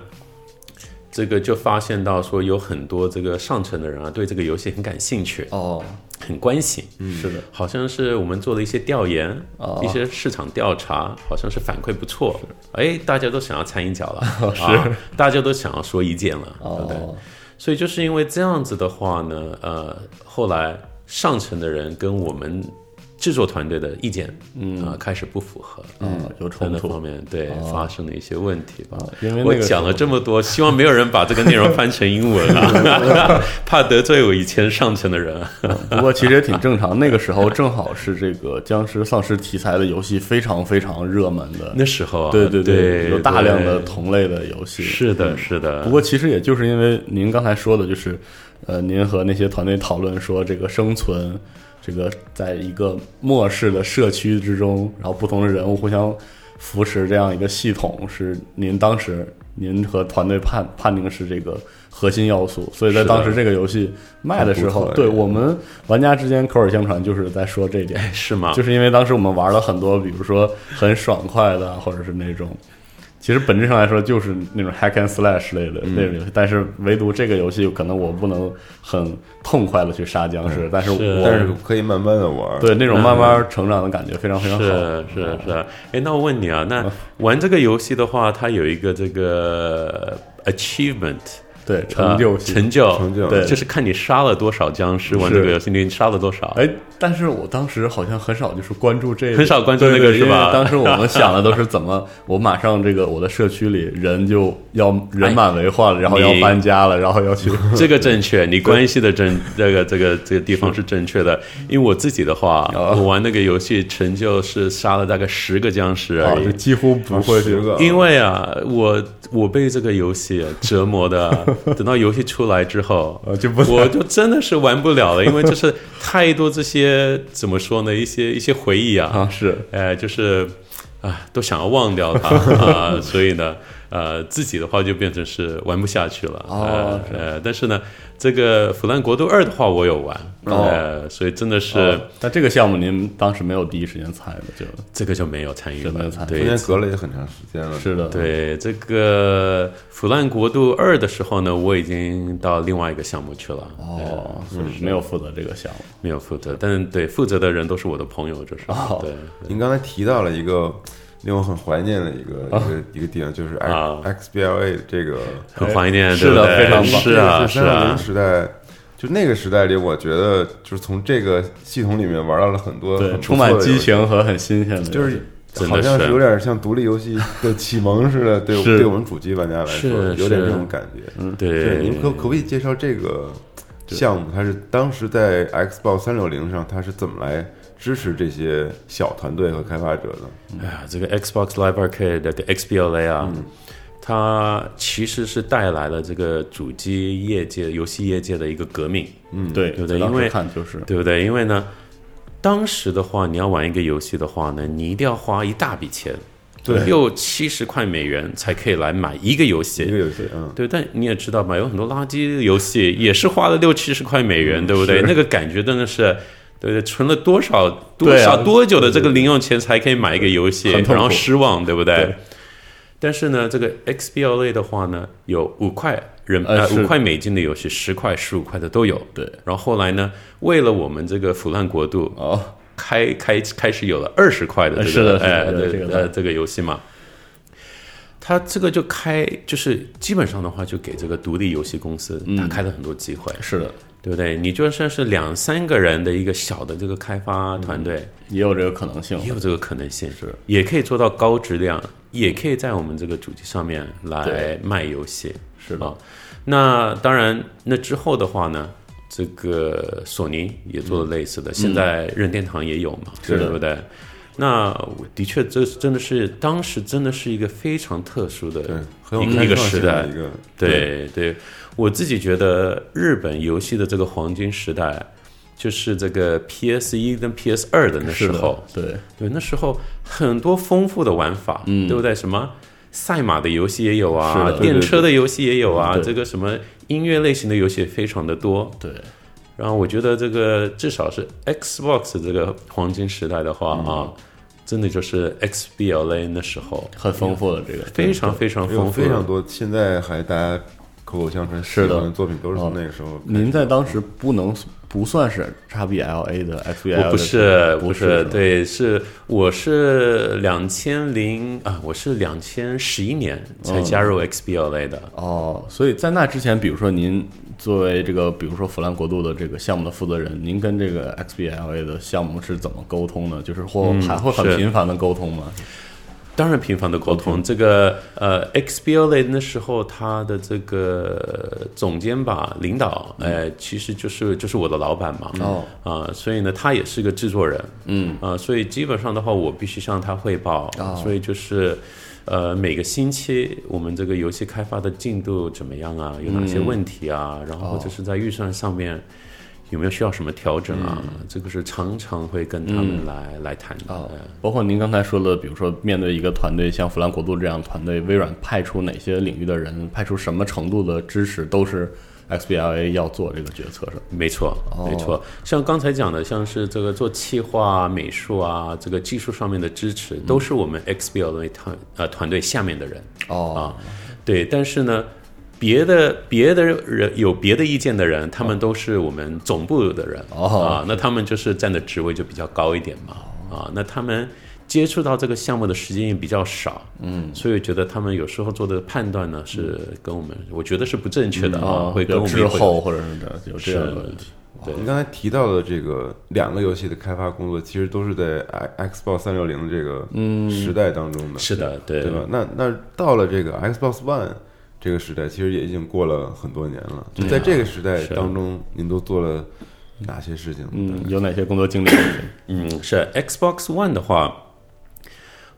S4: 这个就发现到说有很多这个上层的人啊，对这个游戏很感兴趣，
S3: 哦，
S4: 很关心。
S3: 是的，哦
S4: 好像是我们做了一些调研，一些市场调查，好像是反馈不错，哎，大家都想要掺一脚 了，是、啊，大家都想要说意见了，对不对？
S3: 哦，
S4: 所以就是因为这样子的话呢，呃，后来上层的人跟我们制作团队的意见，嗯啊、开始不符合，
S3: 嗯，有
S4: 在
S3: 冲
S4: 那
S3: 突。
S4: 方面对、发生了一些问题吧。
S3: 因为那
S4: 我
S3: 个时
S4: 讲
S3: 候
S4: 了这么多，希望没有人把这个内容翻成英文 啊， 怕得罪我以前上层的人啊。
S3: 不 过其实也挺正常，那个时候正好是这个僵尸丧尸题材的游戏非常非常热门的，
S4: 那时候啊，
S3: 对
S4: 对
S3: 对，有大量的
S4: 对
S3: 同类的游戏。
S4: 是的，是的。
S3: 不过其实也就是因为您刚才说的，就是呃，您和那些团队讨论说这个生存，这个在一个末世的社区之中，然后不同的人物互相扶持这样一个系统，是您当时您和团队判判定是这个核心要素。所以在
S4: 是的
S3: 当时这个游戏卖的时
S1: 很
S3: 候
S1: 不，错
S3: 对
S1: 这个
S3: 我们玩家之间口耳相传就是在说这一 点。
S4: 是吗？
S3: 就是因为当时我们玩了很多，比如说很爽快的，或者是那种其实本质上来说就是那种 hack and slash 类的
S4: 嗯
S3: 那种游戏，但是唯独这个游戏可能我不能很痛快的去杀僵尸，但是
S4: 嗯是嗯
S3: 我
S1: 但是可以慢慢的玩。，
S3: 对那种慢慢成长的感觉非常非常好。嗯
S4: 是是是，哎，那我问你啊，那玩这个游戏的话，它有一个这个 achievement
S3: 对，成就
S4: 呃
S3: 系
S4: 成就
S1: 成就
S4: 对，
S3: 对
S4: 就是看你杀了多少僵尸，玩这个游戏你杀了多少。
S3: 哎，但是我当时好像很少就是关注这个，
S4: 很少关注那个
S3: 对对
S4: 是吧
S3: 因为当时我们想的都是怎 么，我马上这个我的社区里人就要人满为患了，然后要
S4: 你
S3: 搬家了，然后要去，
S4: 这个正确，你关系的正这个这个这个地方是正确的。因为我自己的话，
S3: 哦
S4: 我玩那个游戏成就是杀了大概十个僵尸
S3: 啊
S4: 而已
S3: 就。几乎
S4: 哦
S3: 不会
S1: 会
S3: 去
S1: 这个，
S4: 因为啊，我我被这个游戏折磨的， 等到游戏出来之后，
S3: 呃就不
S4: 我就真的是玩不 了了，因为就是太多这些怎么说呢，一些一些回忆啊，
S3: 啊是。
S4: 呃，就是啊，都想要忘掉 它啊，所以呢，呃，自己的话就变成是玩不下去了。
S3: 哦
S4: 呃，呃但是呢，这个《腐烂国度二》的话我有玩，
S3: 哦
S4: 呃，所以真的是、
S3: 哦但这个项目您当时没有第一时间参与的，就
S4: 这个就没有参与
S3: 是没有
S4: 了
S3: 参，与
S1: 中
S4: 对
S1: 间。隔了也很长时间了。
S3: 是的，，
S4: 对这个《腐烂国度二》的时候呢，我已经到另外一个项目去了，
S3: 哦，
S4: 嗯
S3: 是没有负责这个项目，
S4: 没有负责。但对负责的人都是我的朋友，就是、
S3: 哦
S4: 对
S1: 您刚才提到了一个令我很怀念的一个
S3: 啊
S1: 一个一个地方，就是 X
S4: 啊
S1: XBLA 这个
S4: 很怀念，
S3: 是的
S4: 对不对
S3: 非常棒
S4: 是
S1: 是
S4: 啊，是
S1: 三六零
S4: 啊，
S1: 时代。就那个时代里，我觉得就是从这个系统里面玩到了很多很
S3: 对，
S1: 不
S3: 充
S1: 错的
S3: 满
S1: 游戏
S3: 激，情和很新鲜的，
S1: 就是
S4: 真的
S1: 好像
S4: 是
S1: 有点像独立游戏的启蒙似的，对
S3: 是
S1: 对我们主机玩家来说，
S4: 是
S1: 有点
S4: 是嗯
S1: 这种感觉。
S4: 对
S1: 对，您可可不可以介绍这个项目？它是当时在 Xbox 三六零上，它是怎么来支持这些小团队和开发者的？
S4: 哎呀，这个 Xbox Live Arcade 的 XBLA 啊，它其实是带来了这个主机业界、游戏业界的一个革命，
S3: 嗯对
S4: 对不对
S3: 当时
S4: 因为
S3: 看就是
S4: 对不对？因为呢，当时的话，你要玩一个游戏的话呢，你一定要花一大笔钱，
S1: 对
S4: 六七十块美元才可以来买一个游
S1: 一个
S4: 戏。
S1: 游戏，嗯，
S4: 对，但你也知道嘛，有很多垃圾游戏也是花了六七十块美元，对不
S3: 嗯
S4: 对？那个感觉真的是，对不对？存了多少多
S3: 对啊
S4: 少多久的这个零用钱才可以买一个游戏，
S3: 很痛苦
S4: 然后失望，对不对？
S3: 对
S4: 但是呢，这个 XBLA 的话呢，有五块人
S3: 呃
S4: 呃
S3: 是
S4: 五块美金的游戏，十块、十五块的都有。
S3: 对，
S4: 然后后来呢，为了我们这个腐烂国度，
S3: 哦，
S4: 开开开始有了二十块的
S3: 呃
S4: 这个
S3: 是的是的
S4: 哎
S3: 对
S4: 这
S3: 这个
S4: 呃这个游戏嘛。他这个就开，就是基本上的话，就给这个独立游戏公司，
S3: 嗯
S4: 他开了很多机会，
S3: 是的，
S4: 对不对？你就算是两三个人的一个小的这个开发团队，
S3: 也有这个可能性，
S4: 也有这个可能性，是也可以做到高质量，也可以在我们这个主机上面来
S3: 对
S4: 卖游戏，
S3: 是的
S4: 啊。那当然，那之后的话呢，这个索尼也做了类似的，现在任天堂也有嘛，
S3: 嗯是的
S4: 对不对？那我的确，这真的是当时真的是一个非常特殊的
S1: 对，很有
S4: 一个
S1: 开
S4: 一个
S1: 创
S4: 时
S1: 性的
S4: 代
S1: 一，个
S4: 对对，我自己觉得日本游戏的这个黄金时代，就是这个 PS 一跟 PS 二的那
S3: 是
S4: 时
S3: 的
S4: 候，，
S3: 对，
S4: 对，那时候很多丰富的玩法，嗯，对不对？什么赛马的游戏也有
S3: 是
S4: 啊
S3: 的，对
S4: 电车的游戏也有啊
S3: 对，
S4: 这个什么音乐类型的游戏也非常的多。
S3: 对，
S4: 然后我觉得这个至少是 Xbox 这个黄金时代的话啊，真的就是 XBLA 那时候
S3: 很丰富的这个
S4: 非常非常丰
S1: 有
S4: 富，
S1: 非常多，现在还大家口口相传喜
S3: 是的
S1: 欢的作品都是
S4: 哦
S1: 从那个时候。
S3: 您在当时不能不算是 x BLA 的 XBL，
S4: 我不是
S3: 不
S4: 不
S3: 是
S4: 是，对，是我是两千零啊，我是两千十一年才加入 XBLA 的，
S3: 哦，所以在那之前，比如说您作为这个，比如说腐烂国度的这个项目的负责人，您跟这个 XBLA 的项目是怎么沟通的？就是或还会很
S4: 是
S3: 频繁的沟通吗？
S4: 当然频繁的沟通。这个呃，XBLA 那时候他的这个总监吧，领导，呃，其实就是就是我的老板嘛。
S3: 嗯哦
S4: 啊、所以呢，他也是个制作人。嗯啊、所以基本上的话，我必须向他汇报。
S3: 哦
S4: 所以就是。呃，每个星期我们这个游戏开发的进度怎么样啊？有哪
S3: 嗯
S4: 些问题啊？然后或者是在预算上面有没有需要什么调整啊？这个是常常会跟他们来、来谈的。
S3: 嗯
S4: 呃
S3: 哦，包括您刚才说的，比如说面对一个团队，像腐烂国度这样的团队，微软派出哪些领域的人，派出什么程度的支持，都是 XBLA 要做这个决策上。
S4: 没错，没错。像刚才讲的，像是这个做企划、美术啊，这个技术上面的支持，都是我们 XBLA 团呃团队下面的人
S3: 哦
S4: 啊。对，但是呢，别的别的人有别的意见的人，他们都是我们总部的人
S3: 哦
S4: 啊，那他们就是站的职位就比较高一点嘛啊，那他们。接触到这个项目的时间也比较少，嗯，所以觉得他们有时候做的判断呢是跟我们，我觉得是不正确的啊，会跟我
S3: 嗯
S4: 们
S3: 哦滞
S4: 有
S3: 后或者是这有这样的
S4: 是
S3: 问题。
S4: 对
S1: 您刚才提到的这个两个游戏的开发工作，其实都是在 X- Xbox 三六零的这个时代当中的，
S4: 嗯是的，对
S1: 对吧？那那到了这个 Xbox One 这个时代，其实也已经过了很多年了。就
S4: 嗯
S1: 在这个时代当中，您都做了哪些事情？
S3: 嗯，有哪些工作经历？
S4: 嗯，是 Xbox One 的话，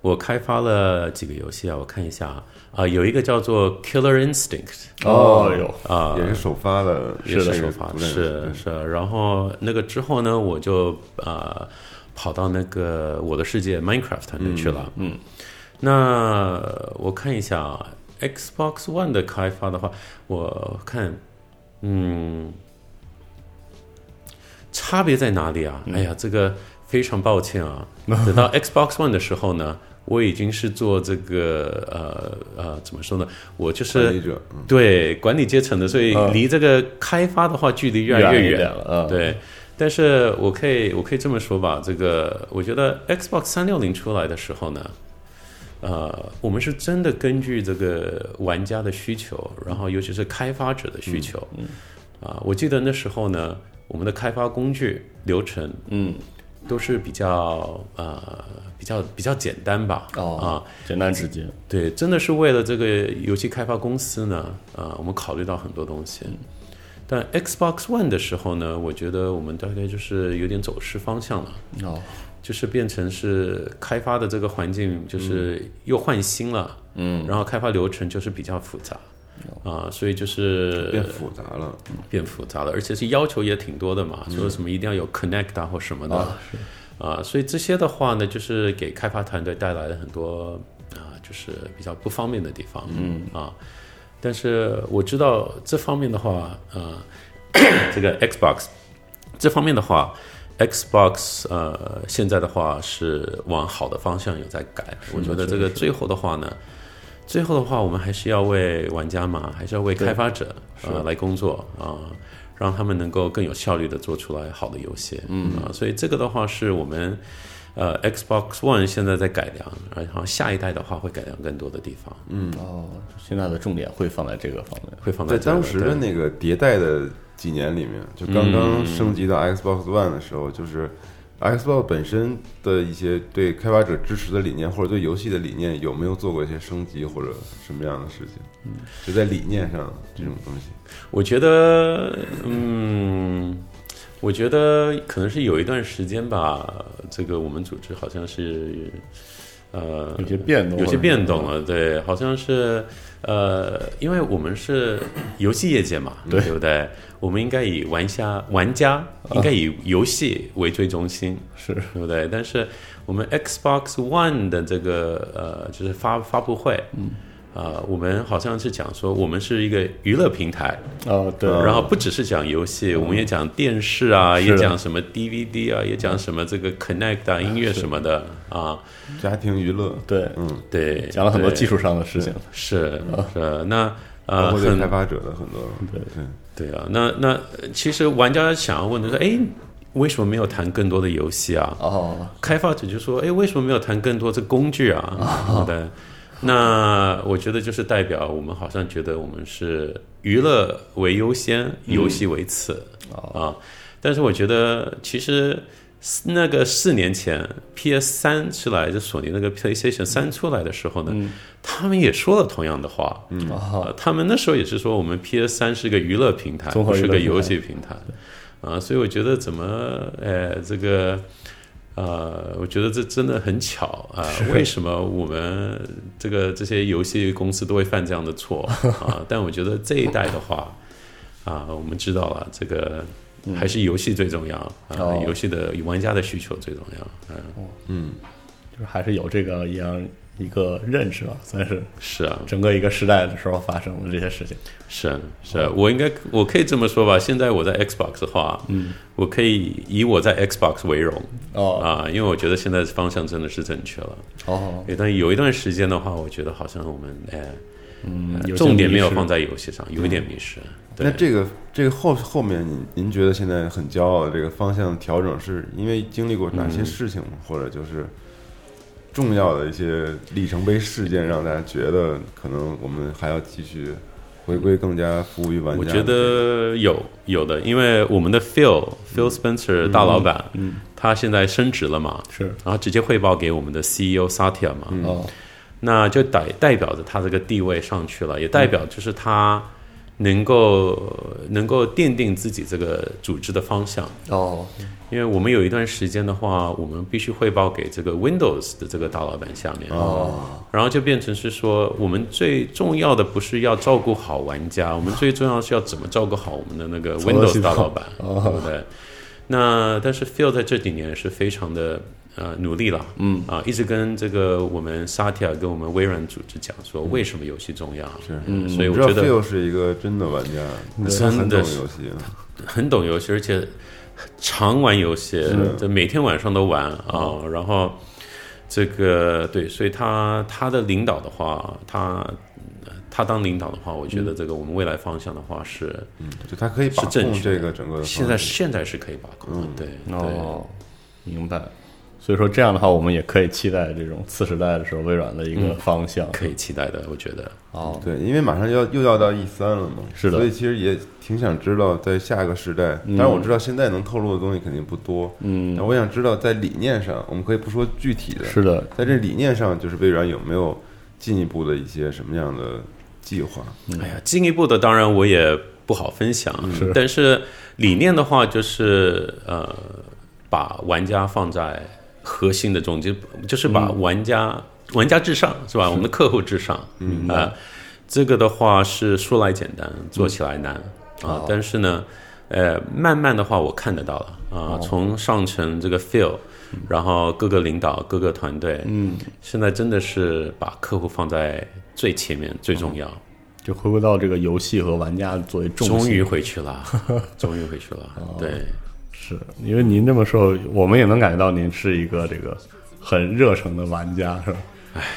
S4: 我开发了几个游戏啊，我看一下啊，啊有一个叫做 Killer Instinct
S3: 哦哟，
S4: 啊，
S1: 也是首发的，
S4: 也是嗯
S1: 首
S4: 首发，是是。然后那个之后呢，我就呃跑到那个我的世界 Minecraft 团队去了。嗯，那我看一下啊 Xbox One 的开发的话，我看，嗯，差别在哪里啊？哎呀，这个非常抱歉 啊。等到 Xbox One 的时候呢，我已经是做这个呃呃怎么说呢？我就是
S1: 管理者，嗯
S4: 对管理阶层的，所以离这个开发的话距离越嗯来越
S3: 一
S4: 远
S3: 点了。嗯，
S4: 对，但是我可以我可以这么说吧，这个我觉得 Xbox 三六零出来的时候呢，呃，我们是真的根据这个玩家的需求，然后尤其是开发者的需求，啊、我记得那时候呢，我们的开发工具流程，嗯，都是比较呃比较比较简单吧，
S3: 哦
S4: 啊、
S3: 简单直接。
S4: 对，真的是为了这个游戏开发公司呢，啊、我们考虑到很多东西。但 Xbox One 的时候呢，我觉得我们大概就是有点走失方向了，
S3: 哦，
S4: 就是变成是开发的这个环境就是
S1: 嗯
S4: 又换新了，嗯，然后开发流程就是比较复杂，啊、所以就是
S1: 变复杂了。
S4: 变复杂了，而且是要求也挺多的嘛，说什么一定要有 connect 啊或什么的，啊、所以这些的话呢，就是给开发团队带来了很多啊、就是比较不方便的地方，嗯啊，但是我知道这方面的话，呃， 这个 Xbox 这方面的话。Xbox 呃，现在的话是往好的方向有在改，我觉得这个最后的话呢，最后的话，我们还是要为玩家嘛，还是要为开发者呃来工作啊、让他们能够更有效率的做出来好的游戏。嗯啊、所以这个的话是我们呃 Xbox One 现在在改良，然后下一代的话会改良更多的地方，嗯，
S3: 哦，现在的重点会放在这个方面。
S4: 会放
S1: 在
S4: 这个
S1: 当时的那个迭代的几年里面，就刚
S4: 嗯
S1: 刚升级到 Xbox One 的时候，就是 Xbox 本身的一些对开发者支持的理念，或者对游戏的理念，有没有做过一些升级或者什么样的事情？
S4: 嗯
S1: 就在理念上这种东西，
S4: 我觉得，嗯，我觉得可能是有一段时间吧，这个我们组织好像是，呃，
S3: 有些变动啊
S4: 有些变动了，对，好像是，呃，因为我们是游戏业界嘛，对不对？我们应该以玩家玩家应该以游戏为最中心，
S3: 是
S4: 对不对？但是我们 Xbox One 的这个呃，就是发发布会，嗯，啊，我们好像是讲说我们是一个娱乐平台，
S3: 哦，对，
S4: 然后不只是讲游戏，我们也讲电视啊，
S3: 是的
S4: 也讲什么 DVD 啊，也讲什么这个 Connect 啊，音乐什么的啊，
S1: 家庭娱乐，
S3: 对，
S1: 嗯，
S4: 对，
S3: 讲了很多
S4: 对
S3: 技术上的事情。
S4: 是是那
S1: 啊包
S4: 呃
S1: 括对
S4: 很
S1: 开发者的很多，对，
S4: 对啊，那那呃其实玩家想要问的是，哎，为什么没有谈更多的游戏啊？
S3: 哦，
S4: 开发者就说：“哎，为什么没有谈更多这工具啊？”好的，那我觉得就是代表我们好像觉得我们是娱乐为优先，游
S1: 嗯
S4: 戏为次、
S1: 哦
S4: 啊。但是我觉得其实那个四年前 PS 三出来，就索尼那个 PlayStation 三出来的时候
S1: 嗯
S4: 呢，他们也说了同样的话。嗯、
S3: 哦
S4: 他们那时候也是说我们 PS 三是个娱乐平台，
S3: 综合
S4: 不
S3: 娱
S4: 是
S3: 乐
S4: 个
S3: 平台
S4: 游戏平台。啊，所以我觉得怎么，呃，这个，呃，我觉得这真的很巧啊、为什么我们这个这些游戏公司都会犯这样的错 啊？但我觉得这一代的话，啊，我们知道了，这个还是游戏最重要啊、
S3: 嗯哦
S4: 游戏的玩家的需求最重要。嗯、
S3: 就是还是有这个一样一个认知吧，算是
S4: 是啊，
S3: 整个一个时代的时候发生的这些事情。
S4: 是啊是
S3: 哦
S4: 啊，我应该我可以这么说吧。现在我在 Xbox 的话，嗯，我可以以我在 Xbox 为荣
S3: 哦
S4: 啊，因为我觉得现在方向真的是正确了。
S3: 哦，
S4: 有段有一段时间的话，我觉得好像我们哎，
S3: 嗯
S4: 呃
S3: 有些
S4: 重点没有
S3: 迷失
S4: 放在游戏上，有一点迷失。对
S1: 那这个这个后后面您您觉得现在很骄傲的这个方向调整，是因为经历过哪
S4: 嗯
S1: 些事情，或者就是重要的一些里程碑事件，让大家觉得可能我们还要继续回归更加服务于玩家？
S4: 我觉得有有的，因为我们的 Phil、Phil Spencer 大老板，
S3: 嗯
S4: 他现在升职了嘛，
S3: 是
S4: 然后直接汇报给我们的 E CEO Satya 嘛，
S3: 哦，
S4: 那就代代表着他这个地位上去了，也代表就是他能够能够奠定自己这个组织的方向。
S3: 哦，
S4: 因为我们有一段时间的话，我们必须汇报给这个 Windows 的这个大老板下面哦，然后就变成是说，我们最重要的不是要照顾好玩家，我们最重要是要怎么照顾好我们的那个
S3: 操作系统
S4: Windows 大老板，
S3: 哦
S4: 对不对？那但是 Phil 在这几年是非常的呃努力了，嗯啊，一直跟这个我们沙提尔跟我们微软组织讲说，为什么游戏重要？
S1: 是
S4: 嗯，所以
S1: 我
S4: 我
S1: 知道
S4: 觉得
S1: Phil 是一个真的玩家，他很懂
S4: 真的
S1: 游
S4: 是
S1: 戏，
S4: 很懂游戏，而且常玩游戏，就每天晚上都玩啊、然后这个对，所以他他的领导的话，他他当领导的话，我觉得这个我们未来方向的话是、
S1: 嗯就他可以把
S4: 是正
S1: 控
S4: 确
S1: 这
S4: 的
S1: 个整个的
S4: 现
S1: 方
S4: 在
S1: 向
S4: 现在是可以把控的，对对。
S3: 哦，明白。所以说这样的话，我们也可以期待这种次时代的时候微软的一个方向。
S4: 可以期待的，我觉得
S3: 嗯哦，
S1: 对，因为马上要又要到 E 三了嘛，
S3: 是的
S1: 所以其实也挺想知道在下个时代，当然我知道现在能透露的东西肯定不多，嗯，但我想知道在理念上，我们可以不说具体的，
S3: 是的，
S1: 在这理念上，就是微软有没有进一步的一些什么样的计划？
S4: 哎呀，进一步的当然我也不好分享，但是理念的话就是呃，把玩家放在核心的中间，就是把玩家、玩家至上嗯是吧？我们的客户至上，嗯啊、这个的话是说来简单，做起来难、啊，但是呢。呃，慢慢的话，我看得到了啊、从上层这个 feel，然后各个领导、各个团队，嗯，现在真的是把客户放在最前面，最重要。
S3: 就回归到这个游戏和玩家作为重心。
S4: 终于回去了，终于回去了。对，
S3: 是因为您这么说，我们也能感觉到您是一个这个很热诚的玩家，是吧？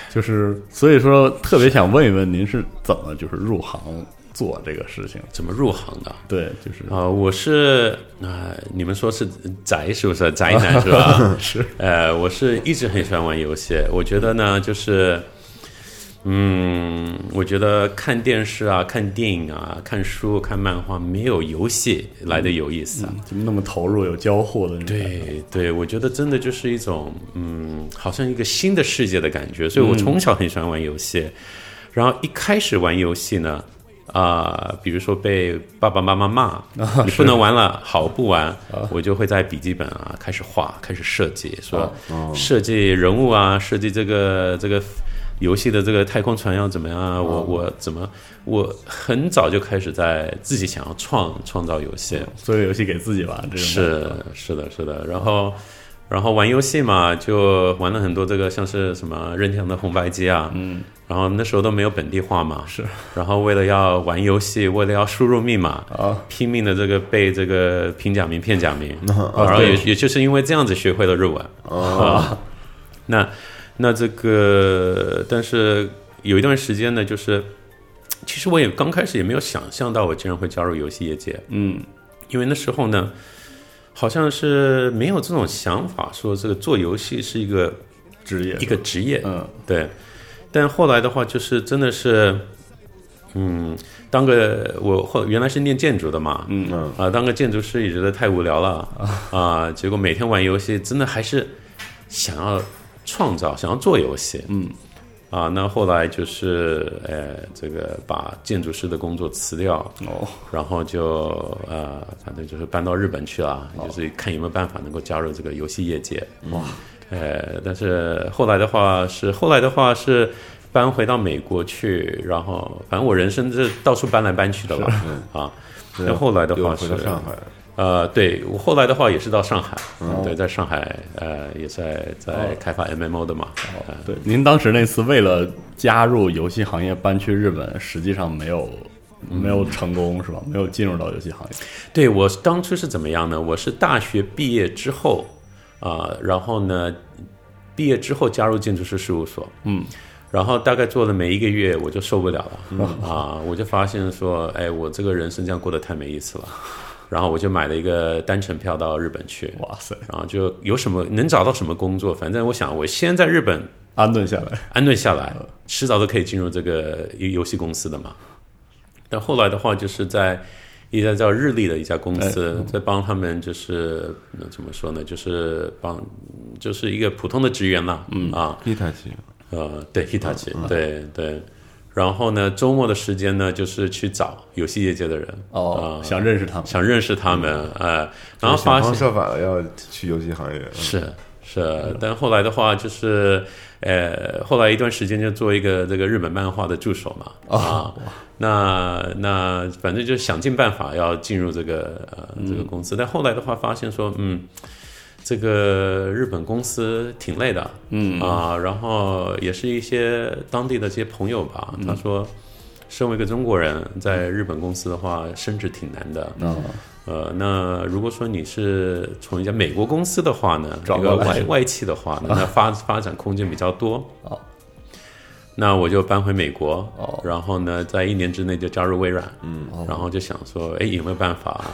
S3: 就是所以说特别想问一问您是怎么就是入行做这个事情？
S4: 怎么入行的？
S3: 对，就是
S4: 啊、我是啊、你们说是宅是不是？宅男是吧？是。呃，我是一直很喜欢玩游戏。我觉得呢，就是，嗯，我觉得看电视啊、看电影啊、看书、看漫画，没有游戏来的有意思啊。
S3: 怎么那么投入有交互的那种感觉？
S4: 对对，我觉得真的就是一种，嗯，好像一个新的世界的感觉。所以我从小很喜欢玩游戏，然后一开始玩游戏呢，啊、比如说被爸爸妈妈骂，你不能玩了，好不玩，我就会在笔记本啊开始画，开始设计，说设计人物啊，设计这个这个。游戏的这个太空船要怎么样啊？我我怎么？我很早就开始在自己想要创创造游戏，
S3: 所有游戏给自己玩，这种感
S4: 是
S3: 觉
S4: 是的，是的。然后，然后玩游戏嘛，就玩了很多这个像是什么任天堂的红白机啊，嗯，然后那时候都没有本地化嘛，是。然后为了要玩游戏，为了要输入密码，
S3: 啊，
S4: 拼命的这个背这个拼假名、片假名，
S1: 啊
S4: 然后也
S3: 对哦
S4: 也就是因为这样子学会了日文 啊。那那这个，但是有一段时间呢，就是其实我也刚开始也没有想象到我竟然会加入游戏业界，嗯，因为那时候呢，好像是没有这种想法，说这个做游戏是一个
S3: 职业
S4: 一个职业，
S3: 嗯，
S4: 对。但后来的话，就是真的是，嗯，当个我后原来是念建筑的嘛，嗯
S1: 嗯
S4: 啊、当个建筑师也觉得太无聊了啊、结果每天玩游戏，真的还是想要创造，想要做游戏，嗯。啊，那后来就是，呃，这个把建筑师的工作辞掉，
S3: 哦，
S4: 然后就呃，反正就是搬到日本去了，啊就是看有没有办法能够加入这个游戏业界。哇！呃，但是后来的话是后来的话是搬回到美国去，然后反正我人生是到处搬来搬去的了啊。那后来的
S1: 又
S4: 话
S1: 回
S4: 是
S1: 到上海，
S4: 呃，对我后来的话也是到上海，嗯、对，在上海呃也在在开发 MMO 的嘛，呃
S3: 对，您当时那次为了加入游戏行业搬去日本，实际上没有没有成功是吧？没有进入到游戏行业。
S4: 对我当初是怎么样呢？我是大学毕业之后啊、然后呢，毕业之后加入建筑师事务所，嗯，然后大概做了没一个月，我就受不了了、啊，我就发现说，哎，我这个人生这样过得太没意思了，然后我就买了一个单程票到日本去，
S3: 哇塞，
S4: 然后就有什么能找到什么工作，反正我想我先在日本
S3: 安顿下来，
S4: 安顿下来，迟早都可以进入这个游游戏公司的嘛。但后来的话，就是在一家叫日立的一家公司，在帮他们就是那怎么说呢，就是帮就是一个普通的职员啦，嗯啊，
S1: 一台机，
S4: 呃，对 Hitachi，、对对。然后呢，周末的时间呢，就是去找游戏业界的人，
S3: 哦，
S4: 啊
S3: 想认识他们，
S4: 想认识他们，呃，然后发
S1: 想
S4: 现
S1: 方设法的要去游戏行业，
S4: 是是，但后来的话就是，呃，后来一段时间就做一个这个日本漫画的助手嘛，啊，那那反正就想尽办法要进入这个呃这个公司，但后来的话发现说，嗯。这个日本公司挺累的，嗯啊，然后也是一些当地的这些朋友吧，他说，身为一个中国人，在日本公司的话，升职挺难的，
S3: 嗯，
S4: 呃，那如果说你是从一家美国公司的话呢，
S3: 转
S4: 这
S3: 过
S4: 个
S3: 来
S4: 外外企的 话呢，那发发展空间比较多。
S3: 哦，
S4: 那我就搬回美国，
S3: 哦
S4: 然后呢，在一年之内就加入微软，嗯，然后就想说，哎，有没有办法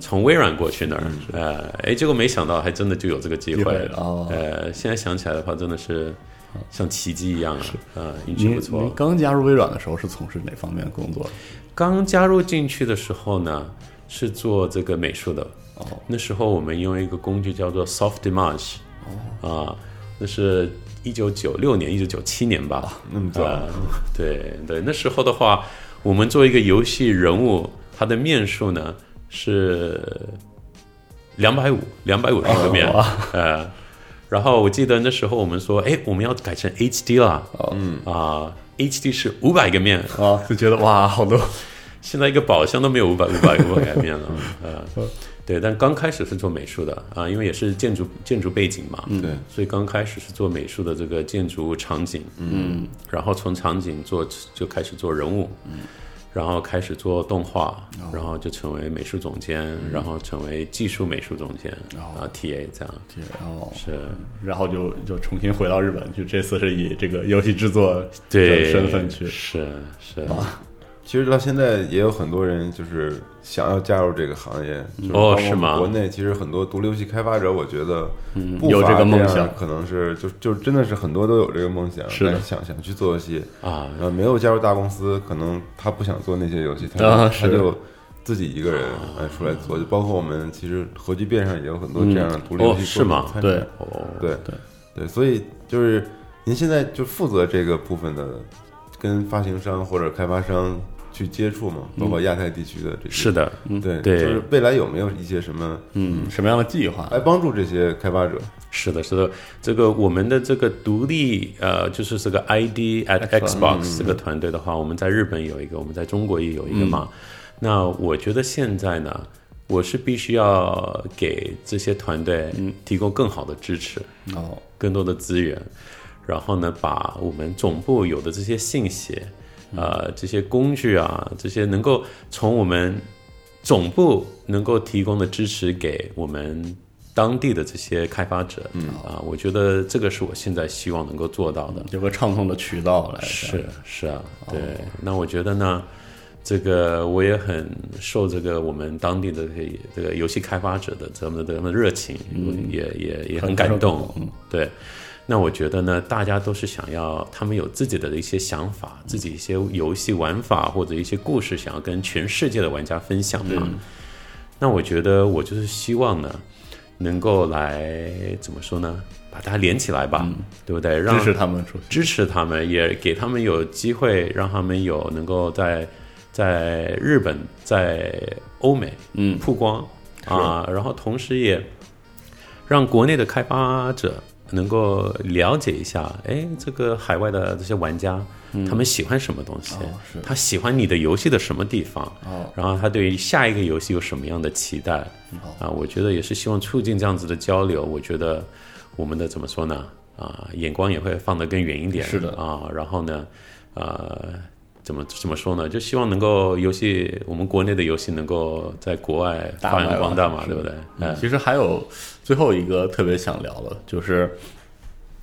S4: 从微软过去那儿？呃，哎，结果没想到，还真的就有这个机
S3: 嗯机
S4: 会
S3: 会。哦
S4: 呃，现在想起来的话，真的是像奇迹一样啊，呃，运气
S3: 您
S4: 不错。
S3: 您刚加入微软的时候是从事哪方面的工作？
S4: 刚加入进去的时候呢，是做这个美术的。
S3: 哦，
S4: 那时候我们用一个工具叫做 Soft Image。哦，啊，那是一九九六年、一九九七年吧？
S1: 啊那么早
S4: 呃对对，那时候的话，我们做一个游戏人物，它的面数呢是两百五，两百五十个
S1: 哦
S4: 面， 呃。然后我记得那时候我们说，哎，我们要改成 HD 啦，
S1: 哦
S4: 嗯啊、h d 是五百个面，
S3: 啊，就觉得哇，好多
S4: 现在一个宝箱都没有五百五百五百改面了， 呃，对，但刚开始是做美术的啊、因为也是建筑建筑背景
S3: 嗯
S4: 嘛，
S1: 嗯对，
S4: 所以刚开始是做美术的这个建筑场景，嗯，然后从场景做就开始做人物，嗯，然后开始做动画，
S3: 哦
S4: 然后就成为美术总监，
S3: 嗯
S4: 然后成为技术美术总监，啊，TA 这样
S3: 哦，
S4: 是。
S3: 然后就就重新回到日本去，这次是以这个游戏制作的
S4: 对
S3: 身份去，哦
S4: 是是
S1: 其实到现在也有很多人就是想要加入这个行业，就是包
S4: 哦
S1: 括
S4: 是吗
S1: 国内其实很多独立游戏开发者，我觉得不
S3: 嗯有
S1: 乏
S3: 这个梦
S1: 样
S3: 想
S1: 可能是就就真的是很多都有这个梦想，
S3: 是的
S1: 但想想去做游戏，
S4: 啊，
S1: 呃，没有加入大公司，可能他不想做那些游戏，他、
S3: 啊
S1: 他
S3: 是
S1: 就自己一个人哎出来做，就包括我们其实核聚变上也有很多这样的
S3: 嗯
S1: 独立游
S4: 哦
S1: 戏
S4: 是吗
S1: 作品参展
S3: 对，
S4: 哦，
S1: 对对对，所以就是您现在就负责这个部分的，跟发行商或者开发商去接触嘛，包括亚太地区的这些。
S4: 嗯是，的，
S1: 对
S4: 对
S1: 就是未来有没有一些什么
S3: 嗯，什么样的计划？
S1: 来帮助这些开发者？
S4: 是的，是的，这个我们的这个独立呃，就是这个 ID at Xbox 这个团队的话，我们在日本有一个，我们在中国也有一个嘛。那我觉得现在呢，我是必须要给这些团队提供更好的支持，
S3: 哦，
S4: 更多的资源，然后呢，把我们总部有的这些信息，呃，这些工具啊，这些能够从我们总部能够提供的支持给我们当地的这些开发者，嗯啊，我觉得这个是我现在希望能够做到的。
S3: 有个畅通的哦渠道来
S4: 是是啊，对。那我觉得呢，这个我也很受这个我们当地的这个这个游戏开发者的他们的他们的热情，也也也很感动。
S3: 嗯
S4: 对，那我觉得呢，大家都是想要他们有自己的一些想法，自己一些游戏玩法或者一些故事，想要跟全世界的玩家分享嘛。
S3: 嗯
S4: 那我觉得我就是希望呢。能够来怎么说呢？把它连起来
S3: 嗯
S4: 吧，对不对？让
S3: 支持他们出去。
S4: 支持他们，也给他们有机会，让他们有能够在在日本、在欧美
S3: 嗯
S4: 曝光啊，然后同时也让国内的开发者能够了解一下，哎，这个海外的这些玩家，他们喜欢什么东西、他喜欢你的游戏的什么地方？
S3: 哦
S4: 然后他对于下一个游戏有什么样的期待？啊，我觉得也是希望促进这样子的交流。我觉得我们的怎么说呢？啊，眼光也会放得更远一点。
S3: 是的
S4: 啊，然后呢，呃，怎么怎么说呢？就希望能够游戏，我们国内的游戏能够在国外
S3: 大
S4: 发
S3: 卖
S4: 扬光
S3: 吧
S4: 大嘛，
S3: 是
S4: 对不对？嗯，
S3: 呃其实还有最后一个特别想聊的，就是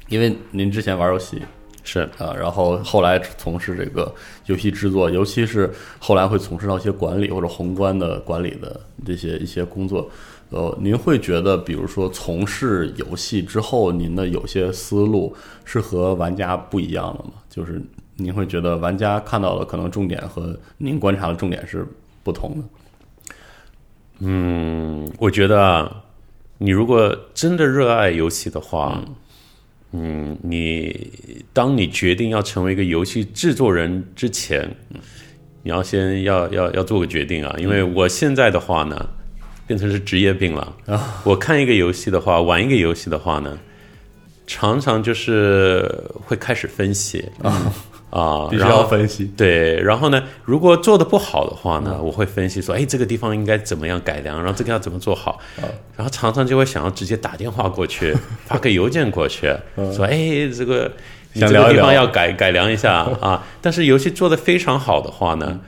S3: 因为您之前玩游戏
S4: 是。
S3: 啊，然后后来从事这个游戏制作，尤其是后来会从事到一些管理或者宏观的管理的这些一些工作。呃，您会觉得，比如说从事游戏之后，您的有些思路是和玩家不一样的吗？就是您会觉得玩家看到的可能重点和您观察的重点是不同的。
S4: 嗯，我觉得啊，你如果真的热爱游戏的话，嗯，你当你决定要成为一个游戏制作人之前，你要先要要要做个决定啊，因为我现在的话呢，变成是职业病了。我看一个游戏的话，玩一个游戏的话呢，常常就是会开始分析啊啊，
S3: 必须
S4: 然后
S3: 要分析，
S4: 对，然后呢，如果做的不好的话呢，我会分析说，哎，这个地方应该怎么样改良，然后这个要怎么做好，然后常常就会想要直接打电话过去，发个邮件过去，说，哎，这个你
S3: 嗯想
S4: 这个
S3: 聊一
S4: 地方
S3: 聊
S4: 要改改良一下啊。但是游戏做的非常好的话呢。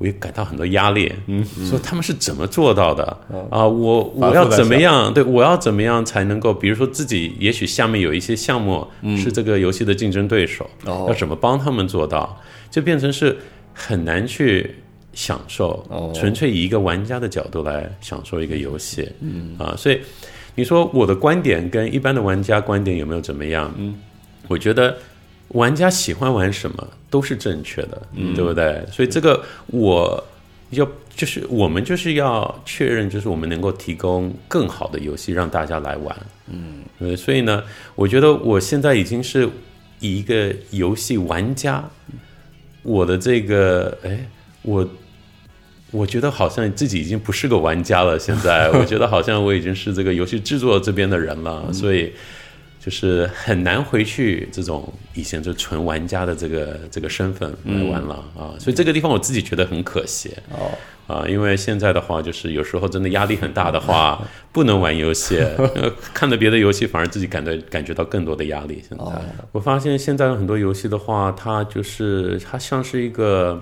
S4: 我也感到很多压力，嗯，说他们是怎么做到的啊？我
S3: 嗯反
S4: 我
S3: 复
S4: 要
S3: 在
S4: 怎么样？对，我要怎么样才能够？比如说自己也许下面有一些项目是这个游戏的竞争对手，
S3: 哦
S4: 要怎么帮他们做到？就变成是很难去享受，
S3: 哦
S4: 纯粹以一个玩家的角度来享受一个游戏，嗯啊，所以你说我的观点跟一般的玩家观点有没有怎么样？嗯，我觉得玩家喜欢玩什么都是正确的，对不对？所以这个我要就是我们就是要确认，就是我们能够提供更好的游戏让大家来玩，嗯，对，所以呢，我觉得我现在已经是以一个游戏玩家，我的这个哎，我我觉得好像自己已经不是个玩家了。现在我觉得好像我已经是这个游戏制作这边的人了，所以就是很难回去这种以前就纯玩家的这个这个身份来玩了、啊。所以这个地方我自己觉得很可惜。
S3: 哦
S4: 啊，因为现在的话，就是有时候真的压力很大的话，不能玩游戏，呃看了别的游戏，反而自己感到感觉到更多的压力。现在、
S3: 哦
S4: 我发现现在很多游戏的话，它就是它像是一个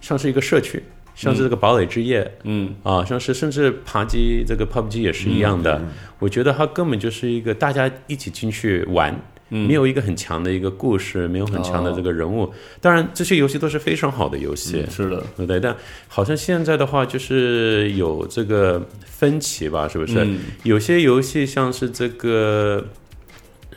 S4: 像是一个社区，像是这个堡垒之夜，
S3: 嗯，
S4: 啊，像是甚至扒鸡这个 PUBG 也是一样的。我觉得它根本就是一个大家一起进去玩。
S3: 嗯
S4: 没有一个很强的一个故事，没有很强的这个人物。当然，这些游戏都是非常好的游戏，
S3: 是的，
S4: 对不嗯对？但好像现在的话，就是有这个分歧吧，是不是？
S3: 嗯
S4: 有些游戏像是这个，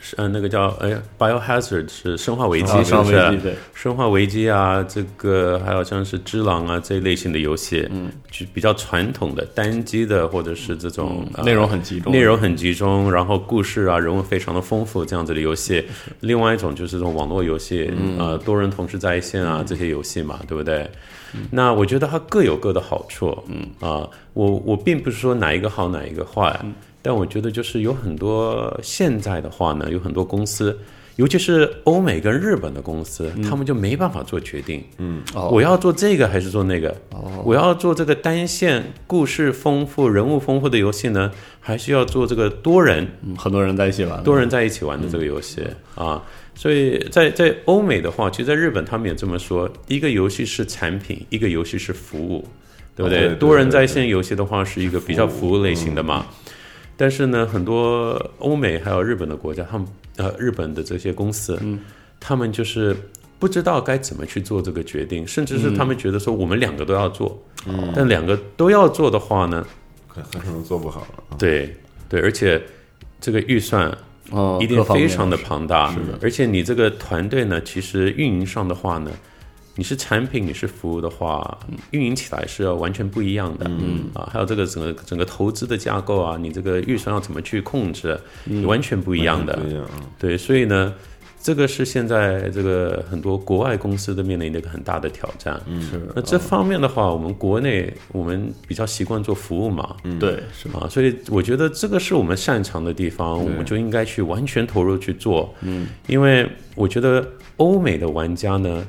S4: 是呃，那个叫哎呀，Biohazard 是生化危机，
S3: 啊
S4: 是不
S3: 上
S4: 是？
S3: 危机对，
S4: 生化危机啊，这个还有像是只狼啊这一类型的游戏，嗯，就比较传统的单机的，或者是这种、呃
S3: 内容很集中，
S4: 内容很集中，然后故事啊人物非常的丰富这样子的游戏。另外一种就是这种网络游戏，呃，多人同时在线啊、这些游戏嘛，对不对？那我觉得它各有各的好处，嗯啊、我我并不是说哪一个好哪一个坏，但我觉得就是有很多现在的话呢，有很多公司。尤其是欧美跟日本的公司，他们就没办法做决定。嗯，
S3: 哦
S4: 我要做这个还是做那个？我要做这个单线故事丰富、人物丰富的游戏呢，还是要做这个多人
S3: 嗯很多人在一起玩，
S4: 多人在一起玩的这个游戏、
S1: 嗯
S4: 啊？所以在在欧美的话，其实在日本他们也这么说：一个游戏是产品，一个游戏是服务，对不对？
S1: 哦对对
S4: 多人在线游戏的话是一个比较服务类型的嘛。
S1: 嗯
S4: 但是呢，很多欧美还有日本的国家，他们呃日本的这些公司，
S1: 嗯
S4: 他们就是不知道该怎么去做这个决定，甚至是
S1: 嗯
S4: 他们觉得说我们两个都要做，但两个都要做的话呢，
S1: 很很可能做不好啊了。
S4: 对对，而且这个预算
S3: 嗯，
S4: 一定
S3: 各方面
S4: 非常的庞大，是的。而且你这个团队呢，其实运营上的话呢，你是产品，你是服务的话，运营起来是要完全不一样的。嗯啊，还有这个整个整个投资的架构嗯啊，你这个预算要怎么去控制，也完全不一样的。
S1: 对呀，嗯
S4: 对，所以呢，这个是现在这个很多国外公司都面临的一个很大的挑战。
S2: 是
S4: 那这方面的话，我们国内我们比较习惯做服务嘛，
S2: 对，是
S4: 啊，所以我觉得这个是我们擅长的地方，我们就应该去完全投入去做。嗯，因为我觉得欧美的玩家呢，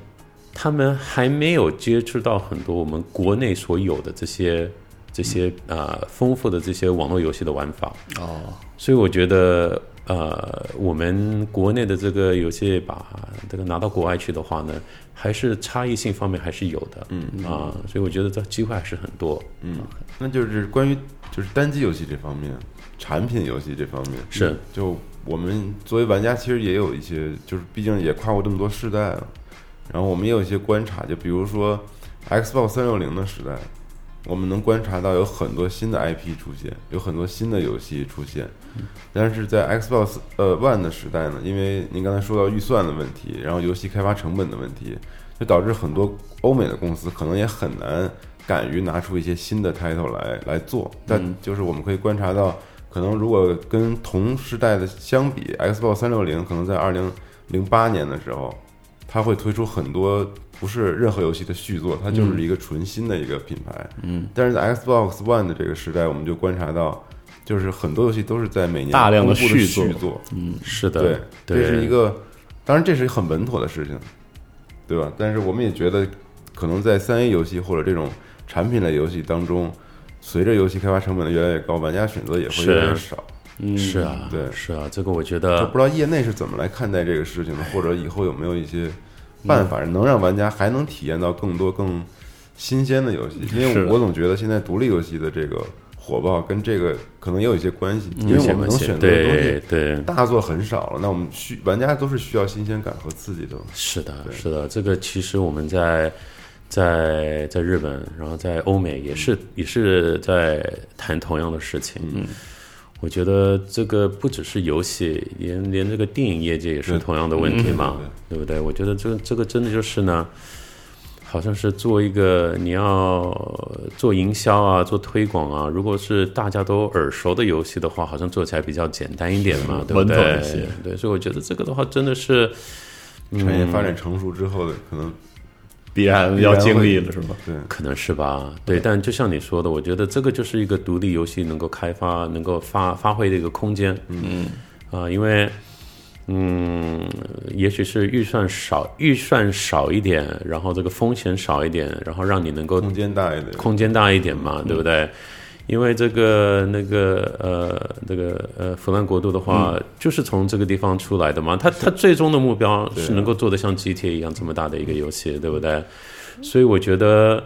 S4: 他们还没有接触到很多我们国内所有的这些这些啊、呃丰富的这些网络游戏的玩法。
S2: 哦，
S4: 所以我觉得，呃，我们国内的这个游戏把这个拿到国外去的话呢，还是差异性方面还是有的，嗯啊、所以我觉得这机会还是很多。
S1: 嗯，那就是关于就是单机游戏这方面，产品游戏这方面
S4: 是
S1: 就我们作为玩家，其实也有一些，就是毕竟也跨过这么多世代了，然后我们也有一些观察，就比如说 Xbox 三六零的时代，我们能观察到有很多新的 IP 出现，有很多新的游戏出现，但是在 Xbox 呃 One 的时代呢，因为您刚才说到预算的问题，然后游戏开发成本的问题，就导致很多欧美的公司可能也很难敢于拿出一些新的 title 来来做。但就是我们可以观察到，可能如果跟同时代的相比，Xbox 三六零可能在二零零八年的时候，它会推出很多不是任何游戏的续作，它
S3: 嗯
S1: 就是一个纯新的一个品牌。嗯，但是在 Xbox One 的这个时代，我们就观察到。就是很多游戏都是在每年
S3: 大量的
S1: 公布的
S3: 续作嗯
S1: 续作，
S4: 是的，
S1: 对，
S4: 对
S1: 这是一个，当然这是很稳妥的事情，对吧？但是我们也觉得，可能在三 A 游戏或者这种产品类游戏当中，随着游戏开发成本的越来越高，玩家选择也会
S4: 是
S1: 越来越少。
S4: 是啊，
S1: 对
S4: 是啊，这个我觉
S1: 就
S4: 得
S1: 不知道业内是怎么来看待这个事情的，或者以后有没有一些
S4: 嗯
S1: 办法能让玩家还能体验到更多更新鲜的游戏？因
S3: 是
S1: 为
S3: 的
S1: 我总觉得现在独立游戏的这个火爆跟这个可能也有一些关系，因为
S4: 嗯有
S1: 我
S4: 些
S1: 们
S4: 关
S1: 能
S4: 系
S1: 选择的东西
S4: 对对，
S1: 大作很少了，那我们需玩家都是需要新鲜感和刺激的。
S4: 是的，是的，这个其实我们在在在日本，然后在欧美也是、也是在谈同样的事情。嗯，我觉得这个不只是游戏，连连这个电影业界也是
S1: 对
S4: 同样的问题嘛，
S1: 嗯
S4: 对不对？我觉得这个这个真的就是呢。好像是做一个你要做营销啊，做推广啊。如果是大家都耳熟的游戏的话，好像做起来比较简单一点嘛，对不
S3: 稳
S4: 对
S3: 妥一些？
S4: 对，所以我觉得这个的话真的是，
S1: 产业发展成熟之后的，可能
S3: 必然
S1: 必然
S3: 要
S1: 会
S3: 经历了是吧？
S1: 对
S4: 可能是吧，对。但就像你说的，我觉得这个就是一个独立游戏能够开发、能够发发挥的一个空间。嗯啊、因为嗯，也许是预算少，预算少一点，然后这个风险少一点，然后让你能够
S1: 空间大一点，
S4: 空间大一点嘛，对不对？因为这个那个呃那个呃弗兰国度的话，就是从这个地方出来的嘛，它它最终的目标是能够做得像 GTA 一样这么大的一个游戏，对不对？所以我觉得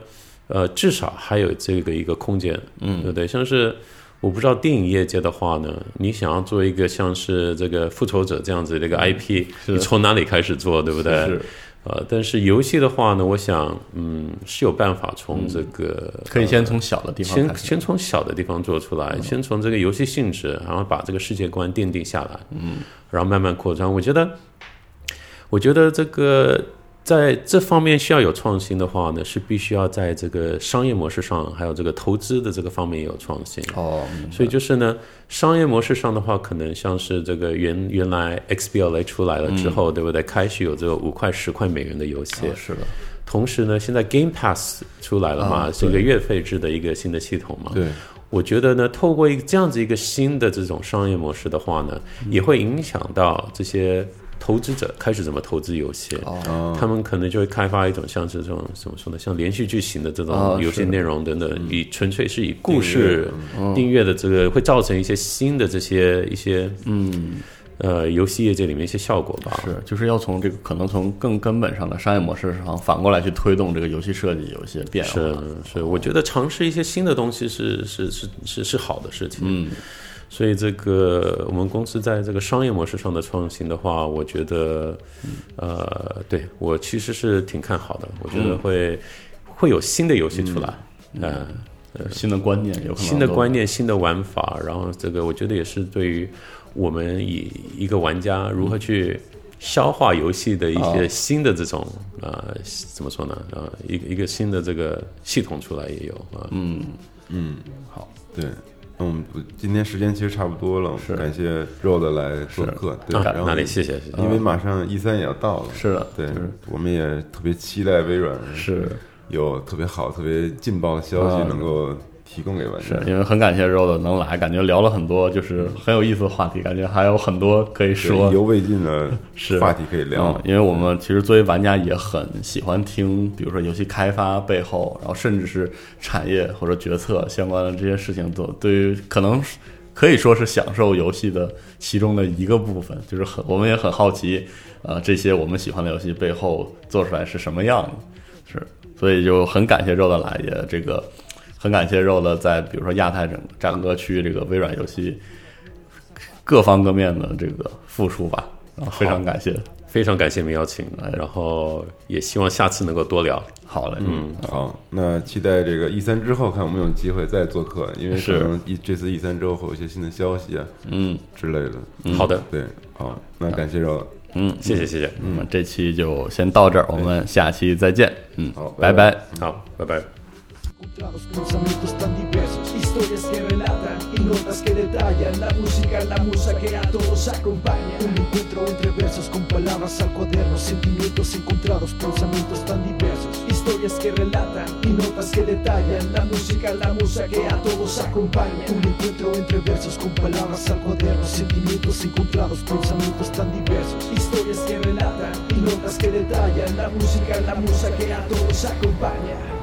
S4: 呃至少还有这个一个空间，嗯，对不对？像是。我不知道电影业界的话呢，你想要做一个像是这个复仇者这样子的一个 IP，你从哪里开始做，对不对？
S3: 是
S4: 呃，但是游戏的话呢，我想，嗯，是有办法从这个、
S3: 可以先从小的地方嗯
S4: 先
S3: 开始，
S4: 先从小的地方做出来，先从这个游戏性质，然后把这个世界观奠定下来，嗯，然后慢慢扩张。我觉得，我觉得这个在这方面需要有创新的话呢，是必须要在这个商业模式上，还有这个投资的这个方面也有创新。
S3: 哦，
S4: 所以就是呢，商业模式上的话，可能像是这个原原来 XBLA 出来了之
S3: 嗯
S4: 后，对不对？开始有这个五块十块美元的游戏，
S3: 是的，
S4: 同时呢，现在 Game Pass 出来了嘛，
S3: 啊
S4: 是一个月费制的一个新的系统嘛。
S1: 对，
S4: 我觉得呢，透过一个这样子一个新的这种商业模式的话呢，也会影响到这些投资者开始怎么投资游戏。
S1: 哦
S4: 他们可能就会开发一种像是这种怎么说呢，像连续剧型的这
S3: 哦
S4: 种游戏内容等等，以纯粹是以故
S1: 订阅
S4: 事订阅的这个，会造成一些新的这些一些嗯呃游戏业界里面一些效果吧。
S3: 是就是要从这个可能从更根本上的商业模式上反过来去推动这个游戏设计有一些变化，
S4: 是是，我觉得尝试一些新的东西是是是是是好的事情。嗯，所以这个我们公司在这个商业模式上的创新的话，我觉得，呃，对我其实是挺看好的，我觉得会、会有新的游戏出来，嗯。
S3: 新的观念有可能
S4: 新的
S3: 都
S4: 观念、新的玩法，然后这个我觉得也是对于我们以一个玩家如何去消化游戏的一些新的这种、呃怎么说呢呃一个一个新的这个系统出来也有啊、
S1: 对，嗯，不今天时间其实差不多了，感谢肉的来做客，对，
S4: 啊
S1: 然后
S4: 哪里谢谢谢谢
S1: 因为马上 E 三也要到了，
S3: 是的
S1: 对，我们也特别期待微软
S3: 是
S1: 有特别好、特别劲爆的消
S4: 啊
S1: 息能够提供给玩家
S3: 是，因为很感谢 Road 能来，感觉聊了很多，就是很有意思的话题，感觉还有很多可以
S1: 对
S3: 说
S1: 意。犹未尽 的
S3: 是
S1: 话题可以聊
S3: 嗯，，因为我们其实作为玩家也很喜欢听，比如说游戏开发背后，然后甚至是产业或者决策相关的这些事情，都对于可能是可以说是享受游戏的其中的一个部分，就是很我们也很好奇，呃，这些我们喜欢的游戏背后做出来是什么样子，是，所以就很感谢肉的来，也这个很感谢肉的在比如说亚太整整个区域这个微软游戏各方各面的这个付出吧。然后非常感谢，
S4: 非常感谢你们邀请，然后也希望下次能够多聊。
S3: 好嘞，嗯，
S1: 好，那期待这个 E 三之后，看有没有机会再做客，因为可
S3: 是
S1: 能 E 这次 E 三之后会有一些新的消息啊，嗯之类的。
S4: 好的，
S1: 对，好，那感谢肉，
S4: 谢谢谢谢，嗯
S3: 我们这期就先到这儿，我们下期再见，嗯，
S1: 好
S3: 拜
S1: 拜
S3: 拜。
S4: 好，拜拜。
S5: Encontrados pensamientos tan diversos, historias que relatan y notas que detallan. La música, la musa que a todos acompaña. Un encuentro entre versos con palabras al cuaderno, sentimientos encontrados, pensamientos tan diversos, historias que relatan y notas que detallan. La música, la musa que a todos acompaña. Un encuentro entre versos con palabras al cuaderno, sentimientos encontrados, pensamientos tan diversos, historias que relatan y notas que detallan. La música, la musa que a todos acompaña.